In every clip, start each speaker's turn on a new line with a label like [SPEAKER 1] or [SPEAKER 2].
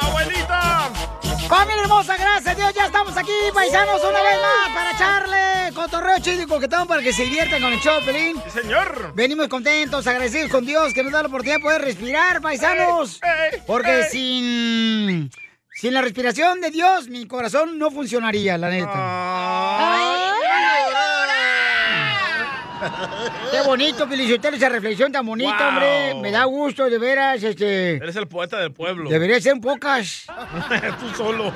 [SPEAKER 1] ¡Abuelita!
[SPEAKER 2] ¡Familia hermosa! ¡Gracias a Dios! Ya estamos aquí, paisanos, una vez más para echarle cotorreo chido y coquetón para que se diviertan con el show, Pelín.
[SPEAKER 1] señor!
[SPEAKER 2] Venimos contentos, agradecidos con Dios que nos da la oportunidad de poder respirar, paisanos. Porque sin... Sin la respiración de Dios, mi corazón no funcionaría, la neta.
[SPEAKER 1] Ah.
[SPEAKER 2] Qué bonito, Felicitero, esa reflexión tan bonita,
[SPEAKER 1] Wow.
[SPEAKER 2] hombre. Me da gusto, de veras, este...
[SPEAKER 1] Eres el poeta del pueblo.
[SPEAKER 2] Debería ser un pocas.
[SPEAKER 1] Tú solo.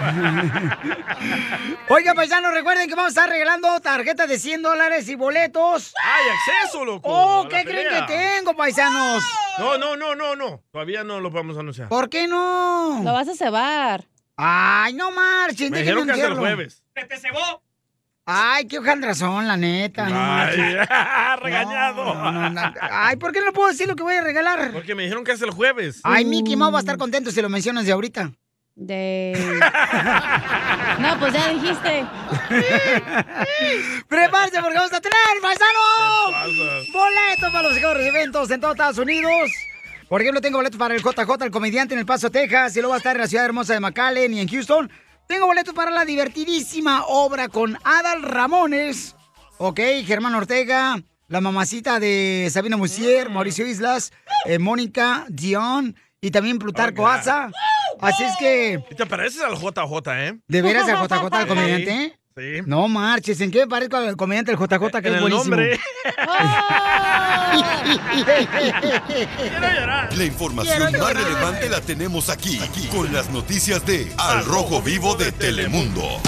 [SPEAKER 2] Oiga, paisanos, recuerden que vamos a estar regalando tarjetas de 100 dólares y boletos.
[SPEAKER 1] ¡Ay, acceso, loco!
[SPEAKER 2] ¡Oh,
[SPEAKER 1] a la
[SPEAKER 2] qué creen
[SPEAKER 1] pelea!
[SPEAKER 2] que tengo, paisanos!
[SPEAKER 1] No, no, no, no, no. Todavía no lo vamos a anunciar.
[SPEAKER 2] ¿Por qué no? Lo vas a cebar. Ay, no marchen,
[SPEAKER 1] Me
[SPEAKER 2] déjenme
[SPEAKER 1] dijeron que hasta el
[SPEAKER 2] anunciarlo.
[SPEAKER 1] jueves.
[SPEAKER 3] ¡Que te cebó!
[SPEAKER 2] Ay, qué razón, la neta. No
[SPEAKER 1] ¡Ay,
[SPEAKER 2] marchen.
[SPEAKER 1] regañado!
[SPEAKER 2] Ay, ¿por qué no puedo decir lo que voy a regalar?
[SPEAKER 1] Porque me dijeron que hasta el jueves.
[SPEAKER 2] Ay, Mickey Mouse va a estar contento si lo mencionas de ahorita.
[SPEAKER 4] De... No, pues ya dijiste.
[SPEAKER 2] Prepárense porque vamos a tener, paisanos. Boletos para los mejores eventos en todos Estados Unidos. Por ejemplo, tengo boletos para el JJ, el comediante en El Paso, Texas. Y luego va a estar en la ciudad hermosa de McAllen y en Houston. Tengo boletos para la divertidísima obra con Adal Ramones. Ok, Germán Ortega. La mamacita de Sabina Musier,
[SPEAKER 1] Mm.
[SPEAKER 2] Mauricio Islas, eh, Mónica, Dion y también Plutarco Asa. Así es que,
[SPEAKER 1] Y Te pareces al JJ, ¿eh?
[SPEAKER 2] ¿de veras a JJ, el
[SPEAKER 1] Sí,
[SPEAKER 2] comediante? eh?
[SPEAKER 1] Sí.
[SPEAKER 2] No marches, ¿en qué me parezco al comediante del JJ que
[SPEAKER 1] En
[SPEAKER 2] es
[SPEAKER 1] el
[SPEAKER 2] buenísimo?
[SPEAKER 1] nombre.
[SPEAKER 5] La información
[SPEAKER 1] Quiero
[SPEAKER 5] más
[SPEAKER 1] llorar.
[SPEAKER 5] relevante la tenemos aquí, aquí, con las noticias de Al Rojo Vivo de Telemundo.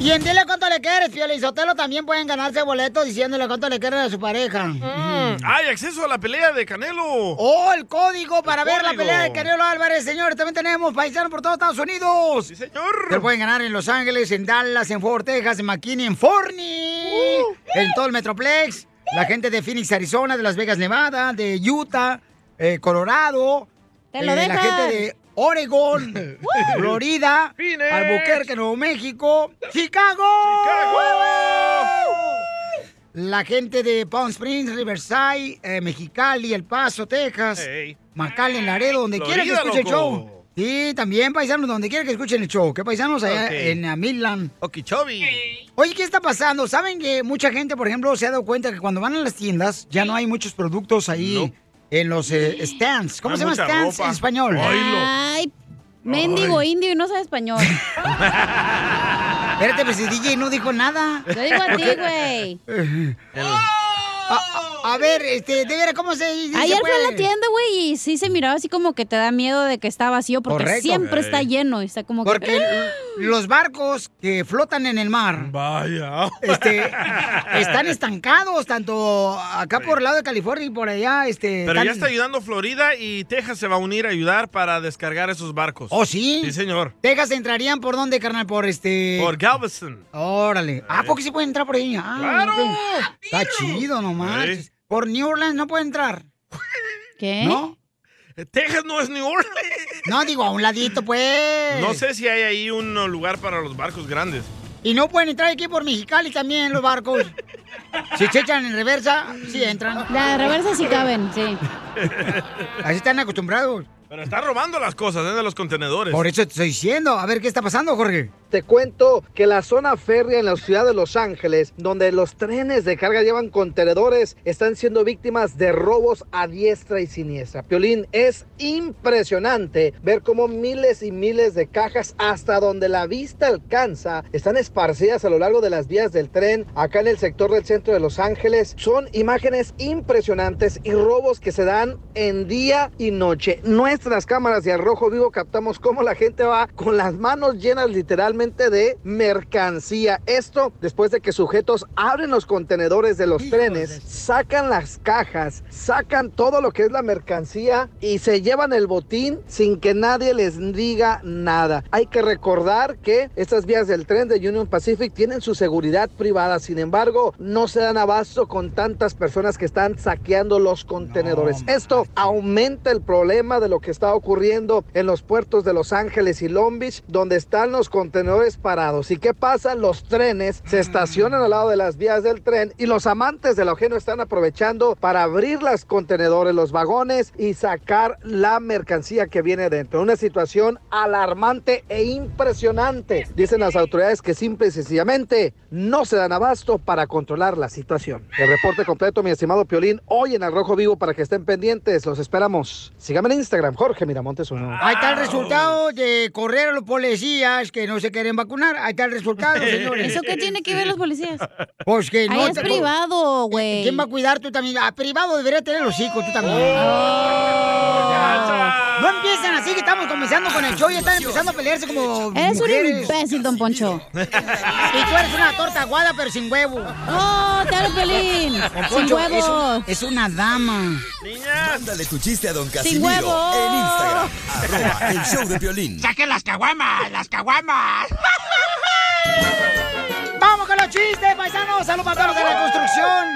[SPEAKER 2] y en dile cuánto le quieres, Piolín Sotelo también pueden ganarse boletos diciéndole cuánto le quieren a su pareja.
[SPEAKER 1] Mm, ¡Ay, acceso a la pelea de Canelo!
[SPEAKER 2] ¡Oh, el código para
[SPEAKER 1] El
[SPEAKER 2] ver la
[SPEAKER 1] código.
[SPEAKER 2] pelea de Canelo Álvarez, señor! También tenemos paisanos por todos Estados Unidos. ¡Sí,
[SPEAKER 1] señor!
[SPEAKER 2] Se pueden ganar en Los Ángeles, en Dallas, en Fort Texas, en McKinney, en Forney,
[SPEAKER 1] Uh.
[SPEAKER 2] en todo el Metroplex. La gente de Phoenix, Arizona, de Las Vegas, Nevada, de Utah, eh, Colorado. eh,
[SPEAKER 4] Te lo
[SPEAKER 2] La
[SPEAKER 4] dejan.
[SPEAKER 2] gente de Oregón, Florida,
[SPEAKER 4] Phoenix.
[SPEAKER 2] Albuquerque, Nuevo México, Chicago. La gente de Palm Springs, Riverside, eh, Mexicali, El Paso, Texas, McAllen, Laredo, donde quiera que
[SPEAKER 1] Florida,
[SPEAKER 2] escuchen el
[SPEAKER 1] loco.
[SPEAKER 2] show. Sí, también paisanos, donde quiera que escuchen el show. ¿Qué paisanos allá
[SPEAKER 1] Ok.
[SPEAKER 2] en eh, Midland?
[SPEAKER 1] Okeechobee.
[SPEAKER 2] Oye, ¿qué está pasando? ¿Saben que mucha gente, por ejemplo, se ha dado cuenta que cuando van a las tiendas ya no hay muchos productos ahí en los eh, stands? ¿Cómo
[SPEAKER 4] Hay
[SPEAKER 2] se llama
[SPEAKER 4] mucha
[SPEAKER 2] stands
[SPEAKER 4] ropa.
[SPEAKER 2] en español?
[SPEAKER 4] Ay, mendigo indio y no sabe español.
[SPEAKER 2] Espérate, pues el DJ no dijo nada.
[SPEAKER 4] Yo digo a ti, güey.
[SPEAKER 2] A, a- a ver, este, de veras, ¿cómo se dice?
[SPEAKER 4] Ayer fui a
[SPEAKER 2] pues?
[SPEAKER 4] la tienda, güey, y sí se miraba así como que te da miedo de que está vacío porque
[SPEAKER 2] Correcto.
[SPEAKER 4] siempre
[SPEAKER 2] Ey.
[SPEAKER 4] está lleno. y Está como que-
[SPEAKER 2] Porque los barcos que flotan en el mar.
[SPEAKER 1] Vaya.
[SPEAKER 2] Este, están estancados, tanto acá por el lado de California y por allá. Este,
[SPEAKER 1] Pero ya
[SPEAKER 2] están-
[SPEAKER 1] está ayudando Florida y Texas se va a unir a ayudar para descargar esos barcos.
[SPEAKER 2] ¿Oh, sí?
[SPEAKER 1] Sí, señor.
[SPEAKER 2] Texas entrarían por dónde, carnal, por este.
[SPEAKER 1] Por Galveston. Eh.
[SPEAKER 2] Órale. Ah, porque sí puede entrar por ahí. Ah,
[SPEAKER 1] Claro.
[SPEAKER 2] ok. Está chido nomás.
[SPEAKER 1] Ey.
[SPEAKER 2] Por New Orleans no puede entrar.
[SPEAKER 4] ¿Qué?
[SPEAKER 2] ¿No?
[SPEAKER 1] Eh, Texas no es New Orleans.
[SPEAKER 2] No, digo, a un ladito, pues.
[SPEAKER 1] No sé si hay ahí un uh, lugar para los barcos grandes.
[SPEAKER 2] Y no pueden entrar aquí por Mexicali también los barcos. Si se echan en reversa, sí entran.
[SPEAKER 4] La de reversa sí caben, sí.
[SPEAKER 2] Así están acostumbrados.
[SPEAKER 1] Pero están robando las cosas ¿eh? de los contenedores.
[SPEAKER 2] Por eso te estoy diciendo. A ver, ¿qué está pasando, Jorge?
[SPEAKER 3] Te cuento que la zona férrea en la ciudad de Los Ángeles, donde los trenes de carga llevan contenedores, están siendo víctimas de robos a diestra y siniestra. Piolín, es impresionante ver cómo miles y miles de cajas, hasta donde la vista alcanza, están esparcidas a lo largo de las vías del tren, acá en el sector del centro de Los Ángeles. Son imágenes impresionantes y robos que se dan en día y noche. Nuestras cámaras de Arrojo Vivo captamos cómo la gente va con las manos llenas literalmente de mercancía. Esto después de que sujetos abren los contenedores de los trenes, sacan las cajas, sacan todo lo que es la mercancía y se llevan el botín sin que nadie les diga nada. Hay que recordar que estas vías del tren de Union Pacific tienen su seguridad privada. Sin embargo, no se dan abasto con tantas personas que están saqueando los contenedores. Esto aumenta el problema de lo que está ocurriendo en los puertos de Los Ángeles y Long Beach, donde están los contenedores parados. ¿Y qué pasa? Los trenes se estacionan al lado de las vías del tren y los amantes del ajeno están aprovechando para abrir los contenedores, los vagones y sacar la mercancía que viene dentro. Una situación alarmante e impresionante. Dicen las autoridades que simple y sencillamente no se dan abasto para controlar la situación. El reporte completo, mi estimado Piolín, hoy en Arrojo Vivo para que estén pendientes. Los esperamos. Síganme en Instagram, Jorge Miramontes uno.
[SPEAKER 2] Ahí está
[SPEAKER 4] Ah,
[SPEAKER 2] el resultado de correr a los policías que no se quieren vacunar. Ahí está el resultado, señores.
[SPEAKER 4] ¿Eso qué tiene que ver los policías?
[SPEAKER 2] Pues que no
[SPEAKER 4] Ahí es
[SPEAKER 2] te-
[SPEAKER 4] privado, güey.
[SPEAKER 2] ¿Quién va a cuidar tú también? A privado debería tener los hijos, tú también.
[SPEAKER 4] Oh.
[SPEAKER 2] No empiezan así que estamos comenzando con el show y están empezando a pelearse como
[SPEAKER 4] Eres un
[SPEAKER 2] mujeres.
[SPEAKER 4] imbécil, don Poncho.
[SPEAKER 2] Y tú eres una torta aguada pero sin huevo.
[SPEAKER 4] ¡Oh, te hablo, Pelín! ¡Sin
[SPEAKER 2] Poncho, es un-
[SPEAKER 4] huevos!
[SPEAKER 2] Es, una dama.
[SPEAKER 5] Mándale tu chiste a don
[SPEAKER 4] Sin
[SPEAKER 5] Casimiro
[SPEAKER 4] huevo.
[SPEAKER 5] en Instagram. Arroba el show de violín.
[SPEAKER 2] ¡Saquen las caguamas! ¡Las caguamas! ¡Vamos con los chistes, paisanos! ¡A los patanos de la construcción!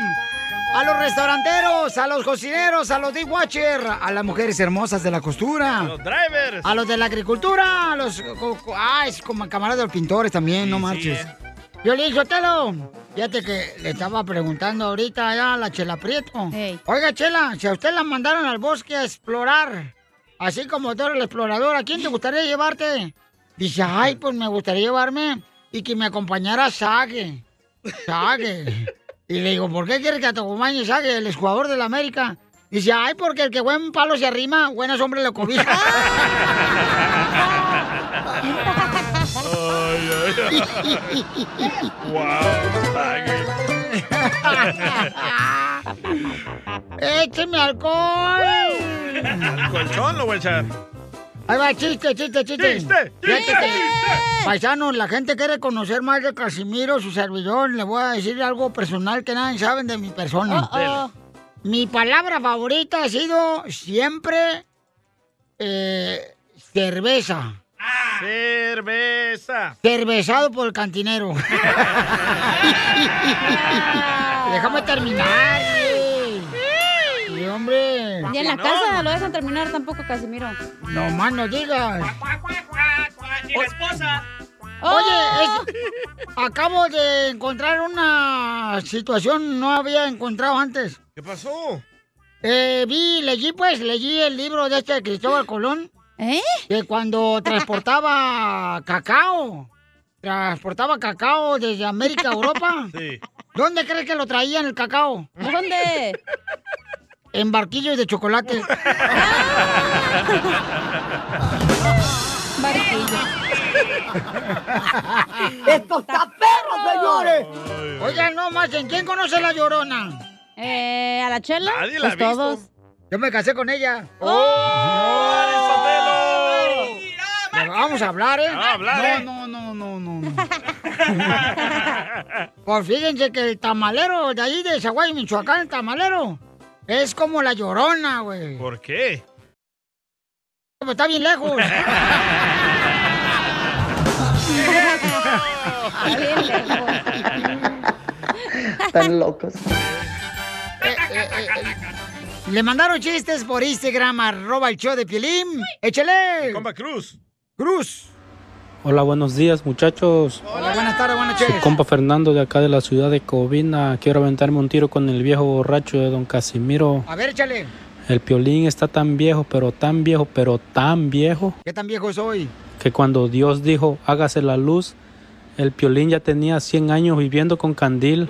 [SPEAKER 2] A los restauranteros, a los cocineros, a los de watcher a las mujeres hermosas de la costura,
[SPEAKER 1] Los drivers.
[SPEAKER 2] Ah. a los de la agricultura, a los... co- co- ¡Ay, es como camaradas de los pintores también, no
[SPEAKER 1] sí,
[SPEAKER 2] marches!
[SPEAKER 1] eh.
[SPEAKER 2] Yo le dije, Otelo, fíjate que le estaba preguntando ahorita allá a la Chela Prieto.
[SPEAKER 4] Ey.
[SPEAKER 2] Oiga, Chela, si a usted la mandaron al bosque a explorar, así como todo el explorador, ¿a quién te gustaría llevarte? Dice, ay, pues me gustaría llevarme y que me acompañara Sague. Sague. Y le digo, ¿por qué quieres que te acompañe Sague, el exjugador de la América? Dice, ay, porque el que buen palo se arrima, buenos hombres lo cobija.
[SPEAKER 1] Ay, ay, ay. Wow, sangre.
[SPEAKER 2] ¡Écheme alcohol!
[SPEAKER 1] Colchón lo voy a echar.
[SPEAKER 2] Ahí va, chiste, chiste, chiste.
[SPEAKER 1] ¡Chiste!
[SPEAKER 2] Fíjate
[SPEAKER 1] ¡Chiste!
[SPEAKER 2] que- Paisanos, la gente quiere conocer más de Casimiro, su servidor. Le voy a decir algo personal que nadie sabe de mi persona.
[SPEAKER 4] Oh,
[SPEAKER 2] Mi palabra favorita ha sido siempre eh, cerveza.
[SPEAKER 1] Cerveza.
[SPEAKER 2] Cervezado por el cantinero. Déjame terminar. güey. Sí, hombre.
[SPEAKER 4] Y en la casa lo dejan terminar tampoco, Casimiro.
[SPEAKER 2] No más no digas.
[SPEAKER 4] Oh,
[SPEAKER 2] Oye, es- acabo de encontrar una situación no había encontrado antes.
[SPEAKER 1] ¿Qué pasó?
[SPEAKER 2] Eh, vi, leí pues, leí el libro de este Cristóbal Colón,
[SPEAKER 4] ¿Eh?
[SPEAKER 2] que cuando transportaba cacao, transportaba cacao desde América a Europa,
[SPEAKER 1] Sí.
[SPEAKER 2] ¿dónde crees que lo traían el cacao?
[SPEAKER 4] ¿Dónde?
[SPEAKER 2] En barquillos de chocolate.
[SPEAKER 4] Barquillo.
[SPEAKER 2] ¡Esto está perro, señores! Oigan, no más, ¿en quién conoce la llorona?
[SPEAKER 4] Eh, ¿A la chela?
[SPEAKER 1] Nadie la
[SPEAKER 4] pues
[SPEAKER 1] ha visto.
[SPEAKER 4] todos.
[SPEAKER 2] Yo me casé con ella.
[SPEAKER 1] ¡Oh, Arisotelo!
[SPEAKER 2] Ya Vamos a hablar, ¿eh?
[SPEAKER 1] Ah, hablar, ¿eh?
[SPEAKER 2] no, no, no, no, no. pues fíjense que el tamalero de ahí de Zaguay, Michoacán, el tamalero, es como la llorona, güey.
[SPEAKER 1] ¿Por qué?
[SPEAKER 2] Pero Está bien lejos.
[SPEAKER 4] Bien lejos.
[SPEAKER 3] Están locos.
[SPEAKER 2] Eh, Le mandaron chistes por Instagram, arroba el show de Pielín. Échale.
[SPEAKER 1] Comba Cruz.
[SPEAKER 2] Cruz.
[SPEAKER 6] Hola, buenos días muchachos.
[SPEAKER 2] Hola, buenas tardes, buenas noches.
[SPEAKER 6] Compa Fernando de acá de la ciudad de Covina. Quiero aventarme un tiro con el viejo borracho de don Casimiro.
[SPEAKER 2] A ver, échale.
[SPEAKER 6] El piolín está tan viejo, pero tan viejo, pero tan viejo,
[SPEAKER 2] ¿Qué tan viejo soy?
[SPEAKER 6] que cuando Dios dijo, hágase la luz, el Piolín ya tenía 100 años viviendo con candil.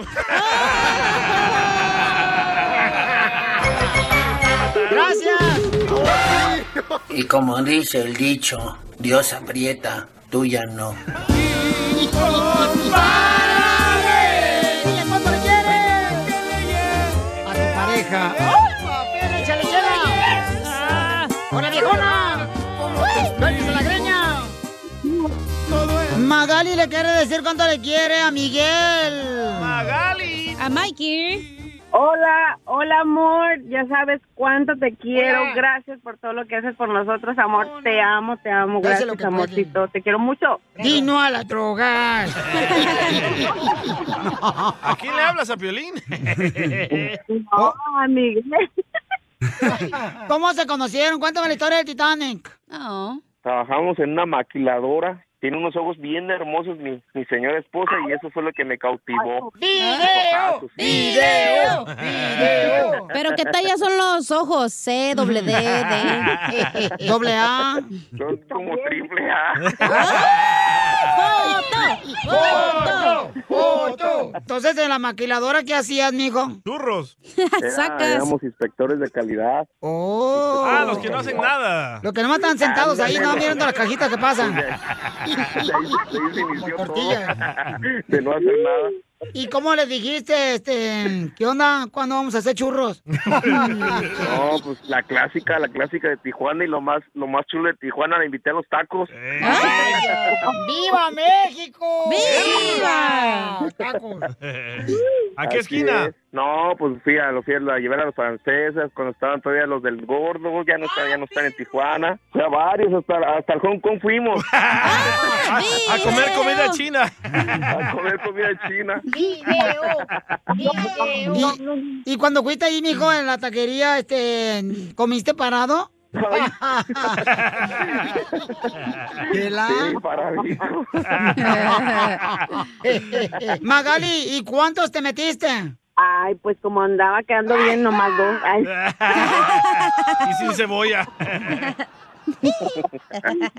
[SPEAKER 7] Y como dice el dicho, Dios aprieta, tuya no.
[SPEAKER 2] Dile cuánto le quieres. A tu pareja. ¡Ay, papel! ¡Échale, chela! ¡Hola, viejona! ¡Suéltese la greña! Magali le quiere decir cuánto le quiere a Miguel. Magali.
[SPEAKER 4] A Mikey.
[SPEAKER 8] Hola, hola amor, ya sabes cuánto te quiero, gracias por todo lo que haces por nosotros, amor, te amo, te amo,
[SPEAKER 2] Gracias
[SPEAKER 8] gracias,
[SPEAKER 2] lo que
[SPEAKER 8] amorcito, te quiero mucho.
[SPEAKER 2] Y no a las drogas.
[SPEAKER 1] ¿A quién le hablas a Piolín?
[SPEAKER 8] No, a Miguel.
[SPEAKER 2] ¿Cómo se conocieron? Cuéntame la historia del Titanic.
[SPEAKER 9] Trabajamos en una maquiladora. Tiene unos ojos bien hermosos mi, mi señora esposa y eso fue lo que me cautivó.
[SPEAKER 2] ¡Video!
[SPEAKER 4] ¡Video! ¡Video! ¿Pero qué talla son los ojos? C, doble D, E, D.
[SPEAKER 2] Doble A.
[SPEAKER 9] Son como triple A.
[SPEAKER 2] ¡Foto! ¡Foto! Entonces, ¿en la maquiladora qué hacías, mijo?
[SPEAKER 1] Churros.
[SPEAKER 9] Era- éramos inspectores de calidad.
[SPEAKER 2] ¡Oh!
[SPEAKER 1] Ah, los que no hacen nada.
[SPEAKER 2] Los que nomás están sentados ahí, no mirando las cajitas que pasan.
[SPEAKER 9] De no hacer nada.
[SPEAKER 2] ¿Y cómo les dijiste, este, qué onda, cuándo vamos a hacer churros?
[SPEAKER 9] No, pues la clásica, la clásica de Tijuana y lo más, lo más chulo de Tijuana, la invité a los tacos.
[SPEAKER 1] Eh.
[SPEAKER 2] ¡Viva México!
[SPEAKER 4] ¡Viva!
[SPEAKER 1] ¿A qué
[SPEAKER 9] Así
[SPEAKER 1] esquina?
[SPEAKER 9] es. No, pues fui a, lo fui a la llevar a los franceses cuando estaban todavía los del gordo, ya no, están, ya no están en Tijuana. Fui a varios, hasta, hasta el Hong Kong fuimos.
[SPEAKER 1] Ah, A comer comida china.
[SPEAKER 9] a comer comida china.
[SPEAKER 2] eh, ¿Y, y cuando fuiste ahí, mijo, en la taquería, este, ¿comiste parado? ¡Qué la-
[SPEAKER 9] Sí, para mí.
[SPEAKER 2] Magali, ¿y cuántos te metiste?
[SPEAKER 8] Ay, pues como andaba quedando bien, nomás dos. Ay.
[SPEAKER 1] Y sin cebolla.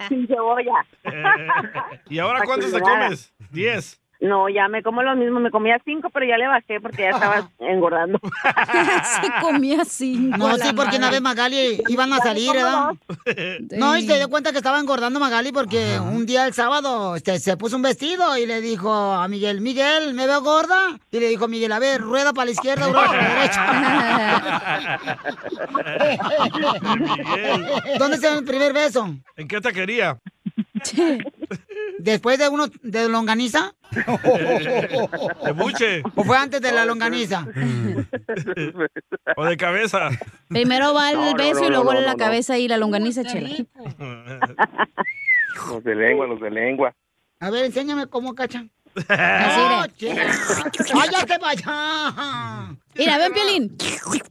[SPEAKER 8] Sin cebolla.
[SPEAKER 1] ¿Y ahora cuántos te comes? Diez.
[SPEAKER 8] No, ya me como lo mismo, me comía cinco, pero ya le bajé porque ya estaba engordando.
[SPEAKER 4] Se comía cinco.
[SPEAKER 2] No,
[SPEAKER 4] la
[SPEAKER 2] sí, porque una
[SPEAKER 4] madre.
[SPEAKER 2] vez Magali iban a salir, ¿verdad? No, y se dio cuenta que estaba engordando Magali porque un día el sábado este, se puso un vestido y le dijo a Miguel, Miguel, ¿me veo gorda? Y le dijo Miguel, a ver, rueda para la izquierda, rueda para la derecha. ¿Dónde se dio el primer beso?
[SPEAKER 1] ¿En qué taquería?
[SPEAKER 2] ¿Después de uno de longaniza?
[SPEAKER 1] De buche.
[SPEAKER 2] ¿O fue antes de la longaniza?
[SPEAKER 1] O de cabeza.
[SPEAKER 4] Primero va el
[SPEAKER 9] No, no,
[SPEAKER 4] beso
[SPEAKER 9] no,
[SPEAKER 4] y luego
[SPEAKER 9] no, no,
[SPEAKER 4] la
[SPEAKER 9] no.
[SPEAKER 4] cabeza y la longaniza, chela.
[SPEAKER 9] Los de lengua, los de lengua.
[SPEAKER 2] A ver, enséñame cómo cachan.
[SPEAKER 4] Así
[SPEAKER 2] ¡Cállate para allá!
[SPEAKER 4] Mira, ven, Piolín.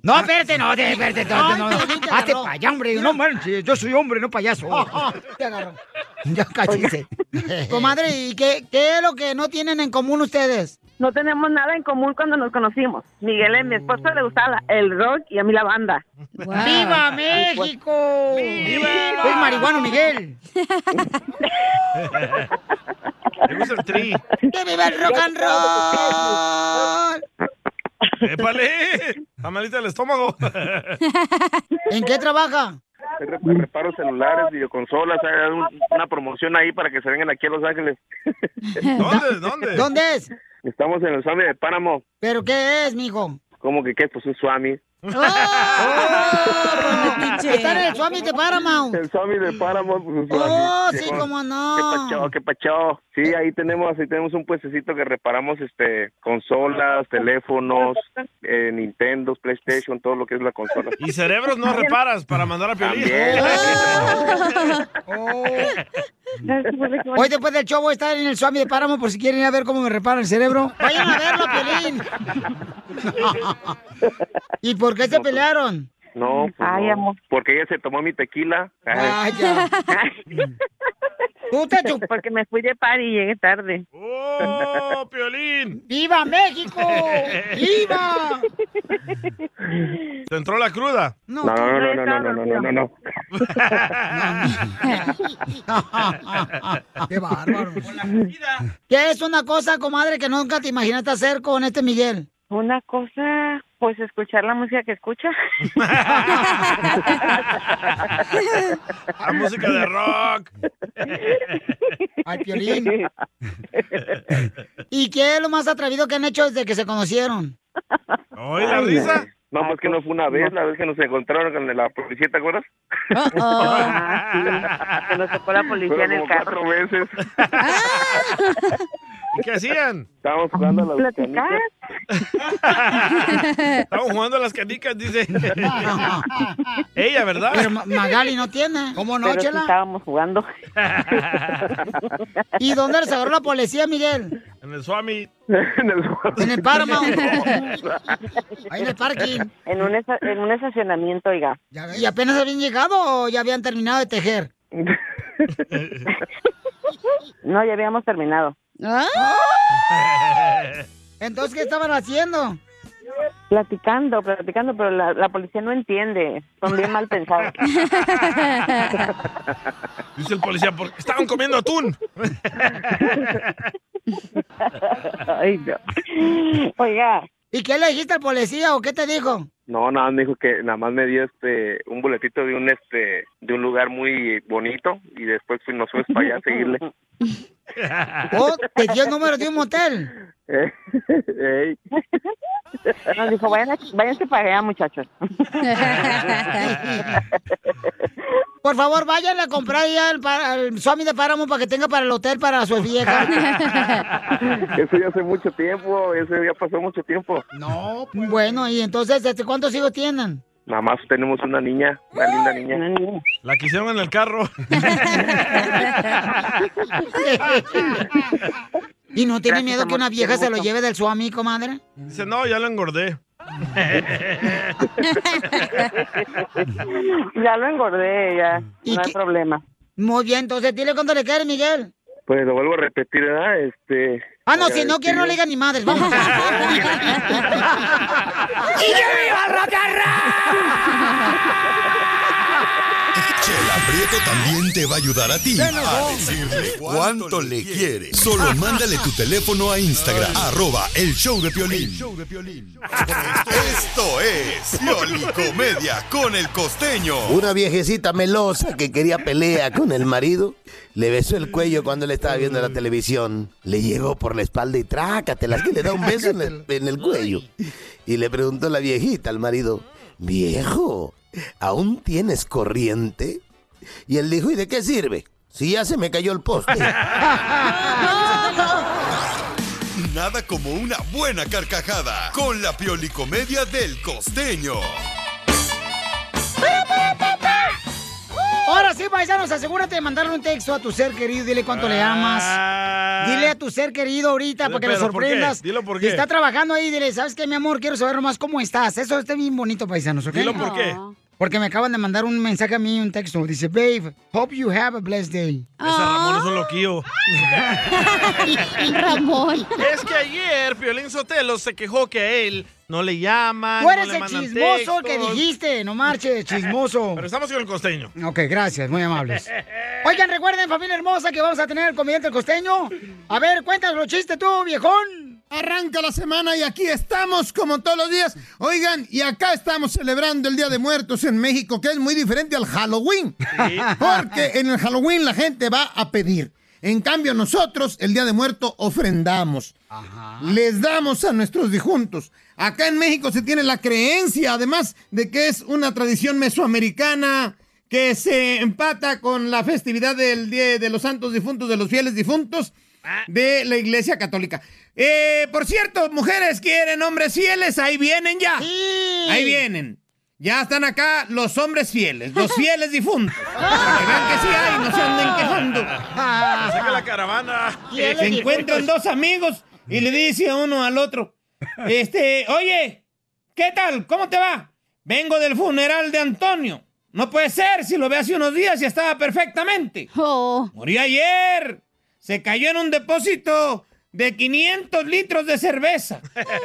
[SPEAKER 2] No, espérate, no, de- espérate, no, no, no.
[SPEAKER 4] Ay, te
[SPEAKER 2] Hazte
[SPEAKER 4] agarró.
[SPEAKER 2] para allá, hombre. No manches, yo soy hombre, no payaso. te agarró. Ya cállese. Comadre, ¿y qué, qué es lo que no tienen en común ustedes?
[SPEAKER 8] No tenemos nada en común cuando nos conocimos. Miguel, a mi esposo le gustaba la- el rock y a mí la banda.
[SPEAKER 4] Guau.
[SPEAKER 2] ¡Viva
[SPEAKER 9] pues,
[SPEAKER 2] México!
[SPEAKER 8] pues,
[SPEAKER 1] ¡Viva!
[SPEAKER 2] Es marihuano, Miguel.
[SPEAKER 1] Me gusta el tri.
[SPEAKER 2] ¡Que viva el rock and roll!
[SPEAKER 1] ¡Épale! Amalita el estómago.
[SPEAKER 2] ¿En qué trabaja?
[SPEAKER 9] Re- Reparo celulares, videoconsolas, hay un- una promoción ahí para que se vengan aquí a Los Ángeles.
[SPEAKER 1] ¿Dónde? ¿Dónde?
[SPEAKER 2] ¿Dónde es?
[SPEAKER 9] Estamos en el Swami de Páramo.
[SPEAKER 2] ¿Pero qué es, mijo?
[SPEAKER 9] ¿Cómo que qué? Pues un Swami.
[SPEAKER 2] Están ¡Oh! en el Swami de Paramount.
[SPEAKER 9] El Swami de Páramo, pues un Swami.
[SPEAKER 2] ¡Oh, sí,
[SPEAKER 9] Llegó-
[SPEAKER 2] cómo
[SPEAKER 9] Qué
[SPEAKER 2] no!
[SPEAKER 8] Ah.
[SPEAKER 9] pachao, qué pachao.
[SPEAKER 8] Eh.
[SPEAKER 9] Sí, ahí tenemos, ahí tenemos un puestecito que reparamos este consolas, teléfonos, eh, Nintendo, PlayStation, todo lo que es la consola.
[SPEAKER 1] Y cerebros no reparas para mandar a Piolín.
[SPEAKER 9] También.
[SPEAKER 8] Ah.
[SPEAKER 2] Oh. Hoy después del show voy a estar en el Swami de Páramo por si quieren ir a ver cómo me repara el cerebro. Vayan a verlo, Piolín. ¿Y por qué se pelearon?
[SPEAKER 9] No, pues
[SPEAKER 8] Ay,
[SPEAKER 9] no.
[SPEAKER 8] amor.
[SPEAKER 9] porque ella se tomó mi tequila. Ay,
[SPEAKER 2] Vaya.
[SPEAKER 8] Porque me fui de par y llegué tarde.
[SPEAKER 1] ¡Oh, Piolín!
[SPEAKER 2] ¡Viva México! ¡Viva!
[SPEAKER 1] ¿Te entró la cruda?
[SPEAKER 9] No, no, no, no, no, no, no, no, no, no.
[SPEAKER 2] ¡Qué bárbaro! ¿Qué es una cosa, comadre, que nunca te imaginaste hacer con este Miguel?
[SPEAKER 8] Una cosa, pues escuchar la música que escucha.
[SPEAKER 1] La música de rock.
[SPEAKER 2] Ay, Piolín. ¿Y qué es lo más atrevido que han hecho desde que se conocieron?
[SPEAKER 1] ¿Oye la risa?
[SPEAKER 9] No, más que no fue una vez, la vez que nos encontraron con la policía, ¿te acuerdas?
[SPEAKER 2] ¿Ah?
[SPEAKER 8] Ah, Que nos tocó la policía en
[SPEAKER 9] Fueron
[SPEAKER 8] el
[SPEAKER 9] como
[SPEAKER 8] carro.
[SPEAKER 9] cuatro veces.
[SPEAKER 1] ¿Y qué hacían?
[SPEAKER 9] Estábamos jugando a las
[SPEAKER 8] ¿Platicar?
[SPEAKER 9] canicas.
[SPEAKER 1] Estaban jugando a las canicas, dice. Ella, ¿verdad?
[SPEAKER 2] Pero Ma- Magali no tiene. ¿Cómo no,
[SPEAKER 8] Pero sí
[SPEAKER 2] Chela?
[SPEAKER 8] estábamos jugando.
[SPEAKER 2] ¿Y dónde les agarró la policía, Miguel?
[SPEAKER 1] En el Swami.
[SPEAKER 9] En el...
[SPEAKER 2] En el Paramount. Ahí en el parking.
[SPEAKER 8] En un, esta- en un estacionamiento, oiga.
[SPEAKER 2] ¿Y apenas habían llegado o ya habían terminado de tejer?
[SPEAKER 8] No, ya habíamos terminado.
[SPEAKER 2] Ah. Entonces, ¿qué estaban haciendo?
[SPEAKER 8] Platicando, platicando, pero la, la policía no entiende. Son bien mal pensados.
[SPEAKER 1] Dice el policía, porque estaban comiendo atún.
[SPEAKER 8] Ay, no. Oiga,
[SPEAKER 2] ¿Y qué le dijiste al policía o qué te dijo?
[SPEAKER 9] No, nada más me dijo que nada más me dio este un boletito de un este de un lugar muy bonito y después fui- nos fuimos para allá a seguirle.
[SPEAKER 2] ¿O Oh, te dio el número de un motel?
[SPEAKER 9] Eh, ey.
[SPEAKER 8] nos dijo, vayan a- váyanse para allá, muchachos.
[SPEAKER 2] Por favor, váyanle a comprar ya al, pa- al Swami de Páramo para que tenga para el hotel para su vieja.
[SPEAKER 9] Eso ya hace mucho tiempo, eso ya pasó mucho tiempo.
[SPEAKER 2] No.
[SPEAKER 1] pues.
[SPEAKER 2] Bueno, y entonces, ¿desde cuántos hijos tienen?
[SPEAKER 9] Nada más tenemos una niña, una linda niña.
[SPEAKER 1] La quisieron en el carro.
[SPEAKER 2] ¿Y no tiene
[SPEAKER 1] Gracias,
[SPEAKER 2] miedo que
[SPEAKER 1] amor,
[SPEAKER 2] una vieja
[SPEAKER 1] qué
[SPEAKER 2] se lo
[SPEAKER 1] gusto.
[SPEAKER 2] lleve del Swami, comadre?
[SPEAKER 1] Dice, no, ya lo engordé.
[SPEAKER 8] Ya lo engordé, ya.
[SPEAKER 2] ¿Y
[SPEAKER 8] No hay
[SPEAKER 2] qué-
[SPEAKER 8] problema.
[SPEAKER 2] Muy bien, entonces dile cuánto le quieres, Miguel.
[SPEAKER 9] Pues lo vuelvo a repetir, ¿verdad? Este
[SPEAKER 2] Ah, no, si no quiere, no le diga ni madres. Vamos.
[SPEAKER 10] ¡Y que viva el rock and
[SPEAKER 5] Chela Prieto también te va a ayudar a ti
[SPEAKER 10] Denos
[SPEAKER 5] a
[SPEAKER 10] dos.
[SPEAKER 5] decirle cuánto le quiere. Solo mándale tu teléfono a Instagram, arroba el show de Piolín. Esto es Piolicomedia con el costeño.
[SPEAKER 11] Una viejecita melosa que quería pelea con el marido le besó el cuello cuando él estaba viendo la televisión. Le llegó por la espalda y trácatelas que le da un beso en el, en el cuello. Y le preguntó la viejita al marido: Viejo, ¿aún tienes corriente? Y él dijo: ¿Y de qué sirve? Si ya se me cayó el poste.
[SPEAKER 5] Nada como una buena carcajada con la Piolicomedia del costeño.
[SPEAKER 2] Ahora sí, paisanos, asegúrate de mandarle un texto a tu ser querido. Dile cuánto le amas. Dile a tu ser querido ahorita
[SPEAKER 1] Ah.
[SPEAKER 2] para
[SPEAKER 1] Dile,
[SPEAKER 2] que lo
[SPEAKER 1] pero ¿por qué?
[SPEAKER 2] sorprendas.
[SPEAKER 1] Dilo por
[SPEAKER 2] Si
[SPEAKER 1] qué.
[SPEAKER 2] está trabajando ahí, dile, ¿sabes qué, mi amor? Quiero saber nomás cómo estás. Eso está bien bonito, paisanos, ¿ok?
[SPEAKER 1] Dilo por qué.
[SPEAKER 2] Porque me acaban de mandar un mensaje a mí, un texto. Dice, babe, hope you have a blessed day.
[SPEAKER 1] Ese Ramón es un loquillo.
[SPEAKER 2] Ramón.
[SPEAKER 1] Es que ayer Piolín Sotelo se quejó que a él no le llaman.
[SPEAKER 2] Tú eres
[SPEAKER 1] no le
[SPEAKER 2] el
[SPEAKER 1] mandan
[SPEAKER 2] chismoso
[SPEAKER 1] textos.
[SPEAKER 2] que dijiste, no marches, chismoso.
[SPEAKER 1] Pero estamos con el costeño.
[SPEAKER 2] Ok, gracias, muy amables. Oigan, recuerden, familia hermosa, que vamos a tener el comediante El costeño. A ver, cuéntanos los chistes tú, viejón.
[SPEAKER 12] Arranca la semana y aquí estamos como todos los días. Oigan, y acá estamos celebrando el Día de Muertos en México, que es muy diferente al Halloween. Porque en el Halloween la gente va a pedir. En cambio, nosotros el Día de Muerto ofrendamos. Les damos a nuestros difuntos. Acá en México se tiene la creencia, además, de que es una tradición mesoamericana que se empata con la festividad del Día de los Santos Difuntos, de los fieles difuntos de la Iglesia Católica. Eh, por cierto, mujeres quieren hombres fieles, ahí vienen ya. Ahí vienen. Ya están acá los hombres fieles, los fieles difuntos. Para que vean que sí hay, no se anden quejando.
[SPEAKER 1] Ah. Saca la caravana.
[SPEAKER 12] Se encuentran dos amigos y le dice uno al otro, este, oye, ¿qué tal? ¿Cómo te va? Vengo del funeral de Antonio. No puede ser, si lo ve hace unos días y estaba perfectamente. Murió ayer. Se cayó en un depósito de 500 litros de cerveza.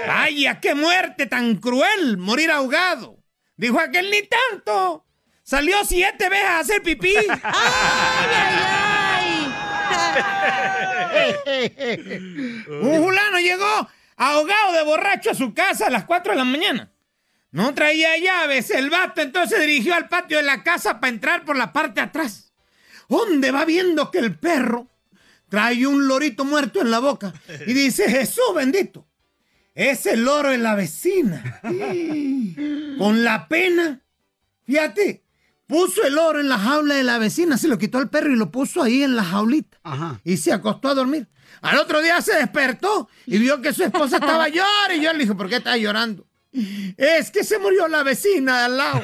[SPEAKER 12] Vaya, qué muerte tan cruel, morir ahogado. Dijo aquel ni tanto. Salió siete veces a hacer pipí. Un fulano llegó ahogado de borracho a su casa a las 4 de la mañana. No traía llaves. El vato entonces dirigió al patio de la casa para entrar por la parte de atrás. Donde va viendo que el perro trae un lorito muerto en la boca. Y dice, Jesús bendito. Ese loro es la vecina. Con la pena. Fíjate, puso el oro en la jaula de la vecina, se lo quitó al perro y lo puso ahí en la jaulita. Y se acostó a dormir. Al otro día se despertó y vio que su esposa estaba llorando. Y yo le dije, ¿por qué estás llorando? Es que se murió la vecina de al lado.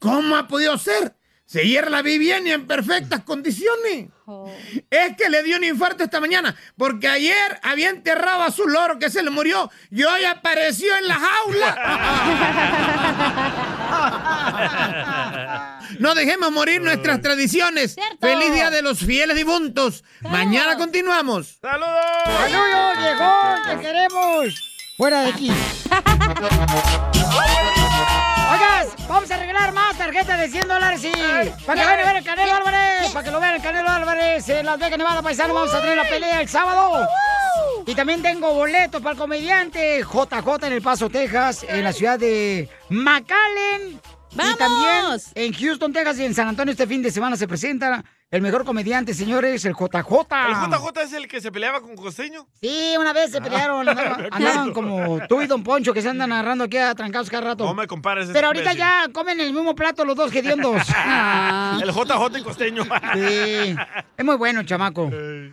[SPEAKER 12] ¿Cómo ha podido ser? Si ayer la vi bien y en perfectas condiciones.
[SPEAKER 1] Oh.
[SPEAKER 12] Es que le dio un infarto esta mañana, porque ayer había enterrado a su loro que se le murió y hoy apareció en la jaula. No dejemos morir nuestras tradiciones. Feliz día de los fieles difuntos. Mañana continuamos.
[SPEAKER 2] ¡Saludos, viejón! ¡Te queremos! ¡Fuera de aquí! Oigas, vamos a regalar más tarjetas de 100 dólares y... Para que vayan a ver el Canelo Álvarez, para que lo vean el Canelo Álvarez en Las Vegas, Nevada, paisano, vamos a tener la pelea el sábado. Y también tengo boletos para el comediante JJ en El Paso, Texas, en la ciudad de McAllen. Y también en Houston, Texas y en San Antonio este fin de semana se presenta el mejor comediante, señores, el JJ.
[SPEAKER 1] ¿El JJ es el que se peleaba con Costeño? Ah.
[SPEAKER 2] Sí, una vez se pelearon, andaban, andaban como tú y Don Poncho que se andan agarrando aquí a trancados cada rato.
[SPEAKER 1] No me compares. ese
[SPEAKER 2] Pero ahorita
[SPEAKER 1] imbécil.
[SPEAKER 2] ya comen el mismo plato los dos hediondos. Ah.
[SPEAKER 1] El JJ y Costeño.
[SPEAKER 2] Sí, es muy bueno el chamaco.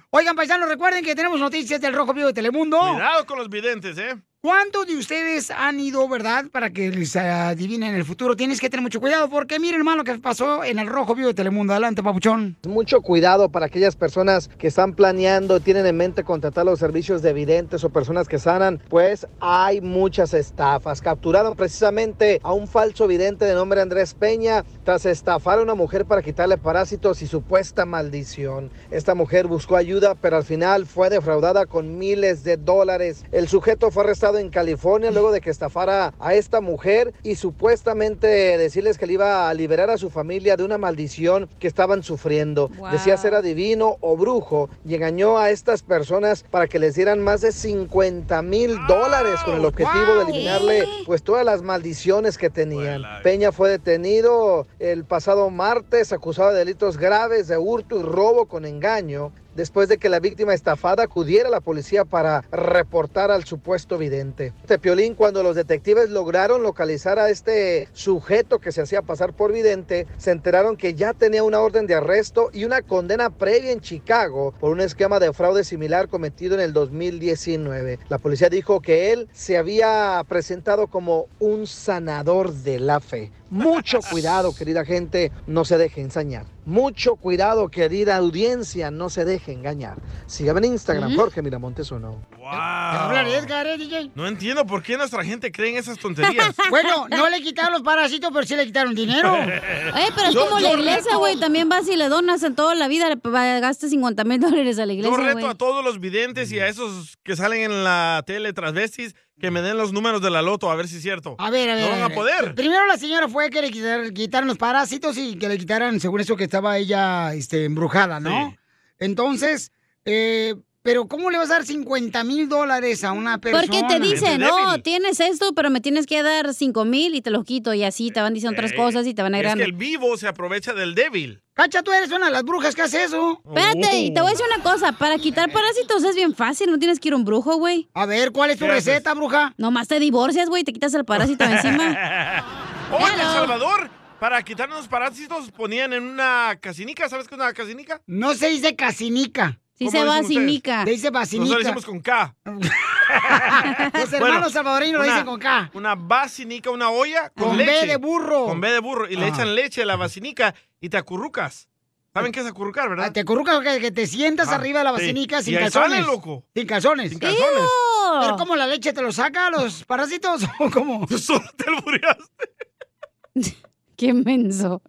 [SPEAKER 2] Oigan, paisanos, recuerden que tenemos noticias del Rojo Vivo de Telemundo.
[SPEAKER 1] Cuidado con los videntes, ¿eh?
[SPEAKER 2] ¿Cuántos de ustedes han ido, verdad, para que les adivinen el futuro? Tienes que tener mucho cuidado porque miren, hermano, lo que pasó en el Rojo Vivo de Telemundo. Adelante, papuchón.
[SPEAKER 3] Mucho cuidado para aquellas personas que están planeando, tienen en mente contratar los servicios de videntes o personas que sanan, pues hay muchas estafas. Capturaron precisamente a un falso vidente de nombre Andrés Peña tras estafar a una mujer para quitarle parásitos y supuesta maldición. Esta mujer buscó ayuda, pero al final fue defraudada con miles de dólares. El sujeto fue arrestado en California luego de que estafara a esta mujer y supuestamente decirles que le iba a liberar a su familia de una maldición que estaban sufriendo.
[SPEAKER 13] Wow.
[SPEAKER 3] Decía ser adivino o brujo y engañó a estas personas para que les dieran más de 50 mil dólares con el objetivo de eliminarle pues todas las maldiciones que tenían. Peña fue detenido el pasado martes acusado de delitos graves de hurto y robo con engaño después de que la víctima estafada acudiera a la policía para reportar al supuesto vidente. Este piolín, cuando los detectives lograron localizar a este sujeto que se hacía pasar por vidente, se enteraron que ya tenía una orden de arresto y una condena previa en Chicago por un esquema de fraude similar cometido en el 2019. La policía dijo que él se había presentado como un sanador de la fe. Mucho cuidado, querida gente, no se deje ensañar. Mucho cuidado, querida audiencia, no se deje engañar. Sígame en Instagram, Jorge Miramontes uno.
[SPEAKER 1] Ah.
[SPEAKER 2] Hablar Edgar, ¿eh, DJ?
[SPEAKER 1] No entiendo por qué nuestra gente cree en esas tonterías.
[SPEAKER 2] Bueno, no le quitaron los parásitos, pero sí le quitaron dinero.
[SPEAKER 4] Eh, pero es como la iglesia, güey. También vas y le donas en toda la vida, le gastas 50 mil dólares a la
[SPEAKER 1] Yo
[SPEAKER 4] iglesia,
[SPEAKER 1] reto
[SPEAKER 4] güey.
[SPEAKER 1] a todos los videntes y a esos que salen en la tele transvestis que me den los números de la loto, a ver si es cierto.
[SPEAKER 2] A ver, a ver.
[SPEAKER 1] No van a
[SPEAKER 2] ver.
[SPEAKER 1] poder.
[SPEAKER 2] Primero la señora fue que le quitar- quitaron los parásitos y que le quitaran, según eso, que estaba ella este, embrujada, ¿no?
[SPEAKER 1] Sí.
[SPEAKER 2] Entonces, eh, pero ¿cómo le vas a dar 50 mil dólares a una persona?
[SPEAKER 4] Porque te dicen, no, tienes esto, pero me tienes que dar 5 mil y te los quito. Y así te van diciendo otras
[SPEAKER 1] Eh,
[SPEAKER 4] cosas y te van
[SPEAKER 1] es que
[SPEAKER 4] agregando.
[SPEAKER 1] el vivo se aprovecha del débil.
[SPEAKER 2] Cacha, tú eres una de las brujas que hace eso.
[SPEAKER 4] Espérate,
[SPEAKER 1] Oh.
[SPEAKER 4] y te voy a decir una cosa. Para quitar parásitos es bien fácil, no tienes que ir a un brujo, güey.
[SPEAKER 2] A ver, ¿cuál es
[SPEAKER 1] tu ¿Qué haces? receta,
[SPEAKER 2] bruja?
[SPEAKER 4] Nomás te divorcias, güey, te quitas el parásito encima.
[SPEAKER 1] Oh, en El
[SPEAKER 4] Claro.
[SPEAKER 1] Salvador, para quitarnos los parásitos, ponían en una casinica. ¿Sabes qué es una casinica?
[SPEAKER 2] No se dice casinica.
[SPEAKER 1] Sí ¿Cómo se dicen vacinica. ustedes?
[SPEAKER 2] Se dice
[SPEAKER 1] Nosotros
[SPEAKER 2] vacinica.
[SPEAKER 1] decimos con K.
[SPEAKER 2] Los
[SPEAKER 1] Bueno,
[SPEAKER 2] hermanos salvadoreños lo
[SPEAKER 1] una-
[SPEAKER 2] dicen con K.
[SPEAKER 1] Una vacinica, una olla con,
[SPEAKER 2] Con B
[SPEAKER 1] leche.
[SPEAKER 2] de burro.
[SPEAKER 1] Con B de burro. Y le
[SPEAKER 2] Ah.
[SPEAKER 1] echan leche a la vacinica y te acurrucas. ¿Saben qué es acurrucar, verdad?
[SPEAKER 2] Ah, Te acurrucas que, que te sientas
[SPEAKER 1] Ah,
[SPEAKER 2] arriba de la
[SPEAKER 1] sí.
[SPEAKER 2] vacinica sin
[SPEAKER 1] Y ahí
[SPEAKER 2] calzones.
[SPEAKER 1] sale, loco.
[SPEAKER 2] Sin calzones.
[SPEAKER 1] Sin calzones. ¡Ew!
[SPEAKER 2] ¿Pero cómo la leche te lo saca a los parásitos o cómo?
[SPEAKER 1] Solo te lo
[SPEAKER 4] Qué menso.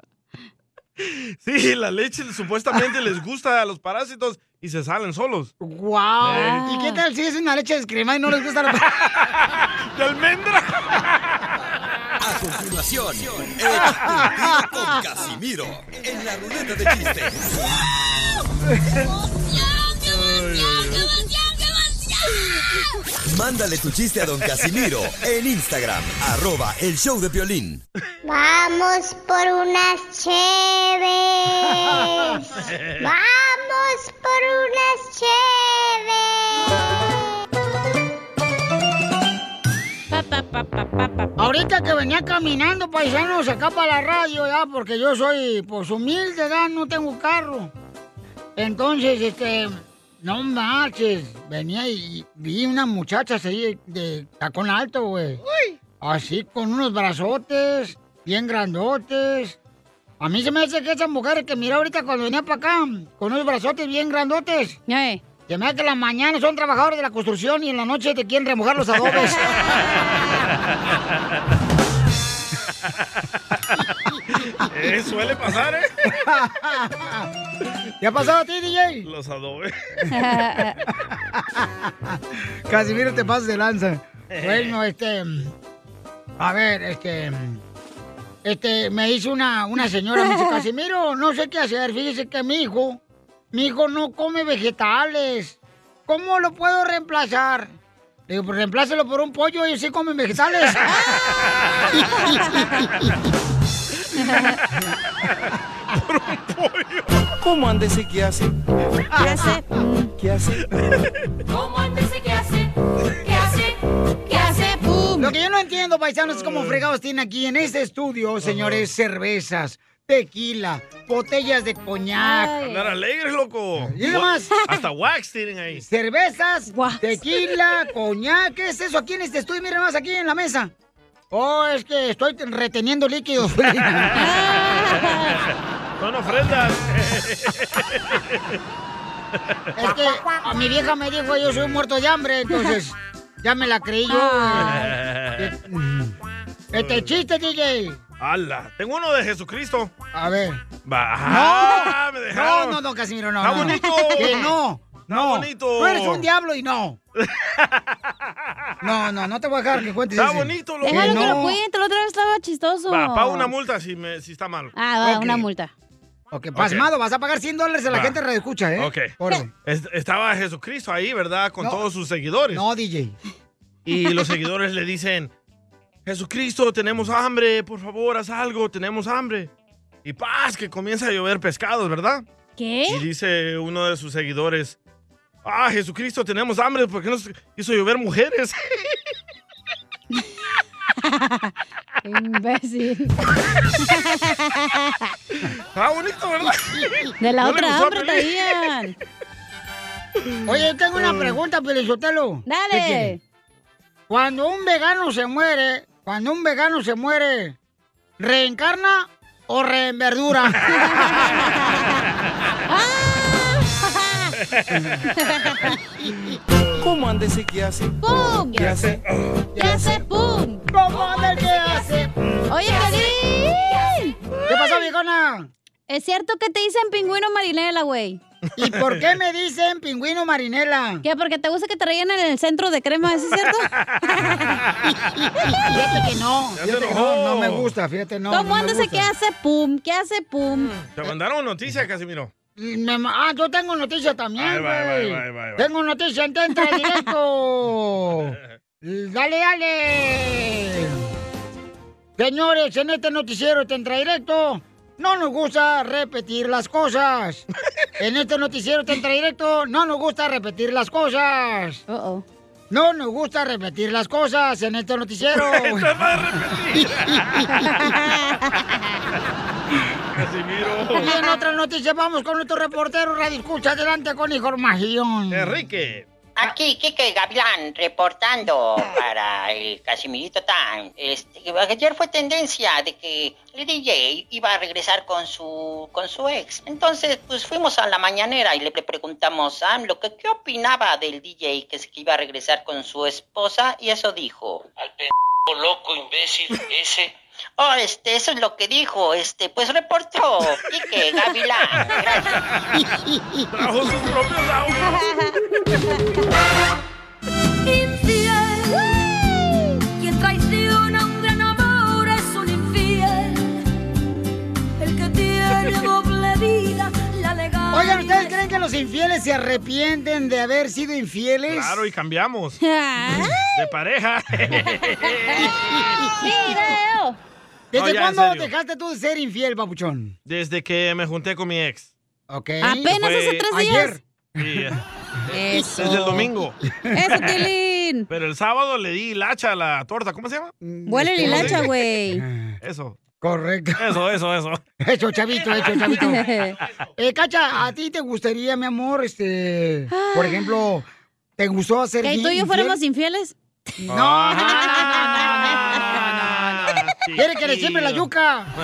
[SPEAKER 1] Sí, la leche supuestamente les gusta a los parásitos y se salen solos.
[SPEAKER 2] ¡Wow! ¿Y qué tal si es una leche descremada y no les gusta la ¡De almendra!
[SPEAKER 5] A continuación,
[SPEAKER 2] Eh,
[SPEAKER 5] échate un tiro con Casimiro en la ruleta de chistes. Mándale tu chiste a don Casimiro en Instagram, arroba el show de violín.
[SPEAKER 10] Vamos por unas cheves. Vamos por unas cheves.
[SPEAKER 2] Ahorita que venía caminando, paisanos, acá para la radio, ya, porque yo soy, pues, humilde, ¿verdad? No tengo carro. Entonces, este, no marches. Venía y vi unas muchachas ahí de tacón alto, güey. Así, con unos brazotes, bien grandotes. A mí se me hace que esas mujeres que mira ahorita cuando venía para acá, con unos brazotes bien grandotes. Se me hace que en la mañana son trabajadores de la construcción y en la noche te quieren remojar los adobes.
[SPEAKER 1] Eh, suele pasar, ¿eh?
[SPEAKER 2] ¿Te ha pasado a ti, DJ?
[SPEAKER 1] Los adobes.
[SPEAKER 2] Casimiro, te pasas de lanza.
[SPEAKER 1] Eh.
[SPEAKER 2] Bueno, este. A ver, este. Este, me dice una, una señora, me dice, Casimiro, no sé qué hacer. Fíjese que mi hijo, mi hijo no come vegetales. ¿Cómo lo puedo reemplazar? Le digo, pues reemplácelo por un pollo, ellos sí comen vegetales.
[SPEAKER 10] ¿Cómo andes y qué hace? ¿Qué hace? ¿Qué hace?
[SPEAKER 2] ¿Cómo antes qué hace? ¿Qué hace? ¿Qué hace? Mm. Lo que yo no entiendo, paisanos, es cómo fregados tienen aquí en este estudio, señores, cervezas, tequila, botellas de coñac.
[SPEAKER 1] Andar alegres, loco.
[SPEAKER 2] Y nada más.
[SPEAKER 1] Hasta wax tienen ahí.
[SPEAKER 2] Cervezas, tequila, coñac, ¿qué es eso aquí en este estudio? Miren más aquí en la mesa. Oh, es que estoy reteniendo líquidos.
[SPEAKER 1] Son ofrendas.
[SPEAKER 2] Es que a mi vieja me dijo yo soy un muerto de hambre, entonces ya me la creí yo. Ah. Este chiste, DJ.
[SPEAKER 1] ¡Hala! Tengo uno de Jesucristo.
[SPEAKER 2] A ver.
[SPEAKER 1] Va. Ah, Me
[SPEAKER 2] Ah. No,
[SPEAKER 1] dejaron.
[SPEAKER 2] no, no, Casimiro, no.
[SPEAKER 1] Está
[SPEAKER 2] no.
[SPEAKER 1] bonito.
[SPEAKER 2] Que no. No.
[SPEAKER 1] Está bonito.
[SPEAKER 2] Tú eres un diablo y no. No, no, no te voy a dejar que cuentes.
[SPEAKER 1] Está
[SPEAKER 2] ese.
[SPEAKER 1] bonito, loco.
[SPEAKER 4] Déjalo que
[SPEAKER 1] No.
[SPEAKER 4] lo cuente, la otra vez estaba chistoso.
[SPEAKER 1] Va, paga una multa si, me, si está mal.
[SPEAKER 4] Ah, va,
[SPEAKER 1] Ok.
[SPEAKER 4] una multa.
[SPEAKER 2] Ok, Pasmado, vas a pagar 100 dólares a la
[SPEAKER 1] Va.
[SPEAKER 2] gente que escucha, ¿eh?
[SPEAKER 1] Ok. Es- estaba Jesucristo ahí, ¿verdad? Con
[SPEAKER 2] No.
[SPEAKER 1] todos sus seguidores.
[SPEAKER 2] No, DJ.
[SPEAKER 1] Y los seguidores le dicen, Jesucristo, tenemos hambre, por favor, haz algo, tenemos hambre. Y paz, que comienza a llover pescados, ¿verdad?
[SPEAKER 4] ¿Qué?
[SPEAKER 1] Y dice uno de sus seguidores, ah, Jesucristo, tenemos hambre, ¿por qué nos hizo llover mujeres?
[SPEAKER 4] Imbécil.
[SPEAKER 10] Ah,
[SPEAKER 1] Está bonito, ¿verdad?
[SPEAKER 4] De la
[SPEAKER 2] No le
[SPEAKER 4] otra
[SPEAKER 2] gustó a
[SPEAKER 4] hambre
[SPEAKER 2] Pelín.
[SPEAKER 4] traían. Mm.
[SPEAKER 2] Oye, tengo una pregunta, Pelizotelo.
[SPEAKER 4] Dale.
[SPEAKER 2] ¿Qué quiere? Cuando un vegano se muere, cuando un vegano se muere, ¿reencarna o reenverdura?
[SPEAKER 10] ¿Cómo andes y qué hace?
[SPEAKER 4] ¡Pum!
[SPEAKER 10] ¿Qué hace?
[SPEAKER 4] ¿Qué hace? ¡Pum!
[SPEAKER 2] ¿Cómo anda qué hace?
[SPEAKER 4] Oye, Pelín.
[SPEAKER 2] ¿Qué pasó, viejona?
[SPEAKER 4] Es cierto que te dicen pingüino marinela, güey.
[SPEAKER 2] ¿Y por qué me dicen pingüino marinela?
[SPEAKER 4] ¿Qué? Porque te gusta que te rayen en el centro de crema, ¿eso es cierto?
[SPEAKER 2] Fíjate que no.
[SPEAKER 1] Ya se
[SPEAKER 2] Fíjate que no,
[SPEAKER 1] enojó.
[SPEAKER 2] no me gusta, fíjate, no.
[SPEAKER 4] ¿Cómo
[SPEAKER 2] no me
[SPEAKER 4] andas? de
[SPEAKER 2] gusta.
[SPEAKER 4] ¿Qué hace? ¡Pum! ¿Qué hace? ¡Pum!
[SPEAKER 1] Te mandaron noticias, Casimiro.
[SPEAKER 2] Me ma- Ah, yo tengo noticia también,
[SPEAKER 1] Ahí va, ahí va, ahí
[SPEAKER 2] güey.
[SPEAKER 1] va, ahí va, ahí va.
[SPEAKER 2] Tengo noticia en Tentra Directo. Dale, dale. Señores, en este noticiero Tentra Directo no nos gusta repetir las cosas. En este noticiero Tentra Directo no nos gusta repetir las cosas. No nos gusta repetir las cosas en este noticiero.
[SPEAKER 10] Esto es para
[SPEAKER 2] Y en otras noticias vamos con nuestro reportero Radio Escucha. Adelante con información.
[SPEAKER 1] Enrique.
[SPEAKER 13] Aquí Kike Gavilán reportando para el Casimirito Tan. Este, ayer fue tendencia de que el DJ iba a regresar con su con su ex. Entonces, pues fuimos a la mañanera y le pre- preguntamos a AMLO que qué opinaba del DJ que, se- que iba a regresar con su esposa y eso dijo.
[SPEAKER 14] Al pendejo loco imbécil ese
[SPEAKER 13] Oh, este, eso es lo que dijo, este, pues reportó Quique Gavilán. Gracias.
[SPEAKER 1] Trajo sus propios
[SPEAKER 14] Infiel, quien traiciona un gran amor es un infiel. El que tiene doble vida, la legal.
[SPEAKER 2] Oigan, ¿ustedes creen que los infieles se arrepienten de haber sido infieles?
[SPEAKER 1] Claro, y cambiamos.
[SPEAKER 4] Ah.
[SPEAKER 1] De pareja.
[SPEAKER 2] ¡Video!
[SPEAKER 1] No,
[SPEAKER 2] ¿Desde
[SPEAKER 1] ya, en
[SPEAKER 2] cuándo
[SPEAKER 1] serio.
[SPEAKER 2] dejaste tú de ser infiel, papuchón?
[SPEAKER 1] Desde que me junté con mi ex.
[SPEAKER 2] Ok.
[SPEAKER 4] Apenas hace tres días. Eso.
[SPEAKER 1] Desde el domingo.
[SPEAKER 4] Eso, Tilín. Mm,
[SPEAKER 1] Pero el sábado le di hilacha a la torta. ¿Cómo se llama? Este,
[SPEAKER 4] Huele
[SPEAKER 2] Este,
[SPEAKER 4] el hilacha, güey.
[SPEAKER 1] Eso.
[SPEAKER 2] Correcto.
[SPEAKER 1] Eso, eso, eso.
[SPEAKER 2] Eso, chavito, eso, chavito. Eh, Cacha, ¿a ti te gustaría, mi amor, este, por ejemplo, te gustó hacer
[SPEAKER 4] ¿Que tú y yo fuéramos infieles?
[SPEAKER 2] No,
[SPEAKER 1] Ah,
[SPEAKER 2] Ah. Quiere que le siembre la yuca.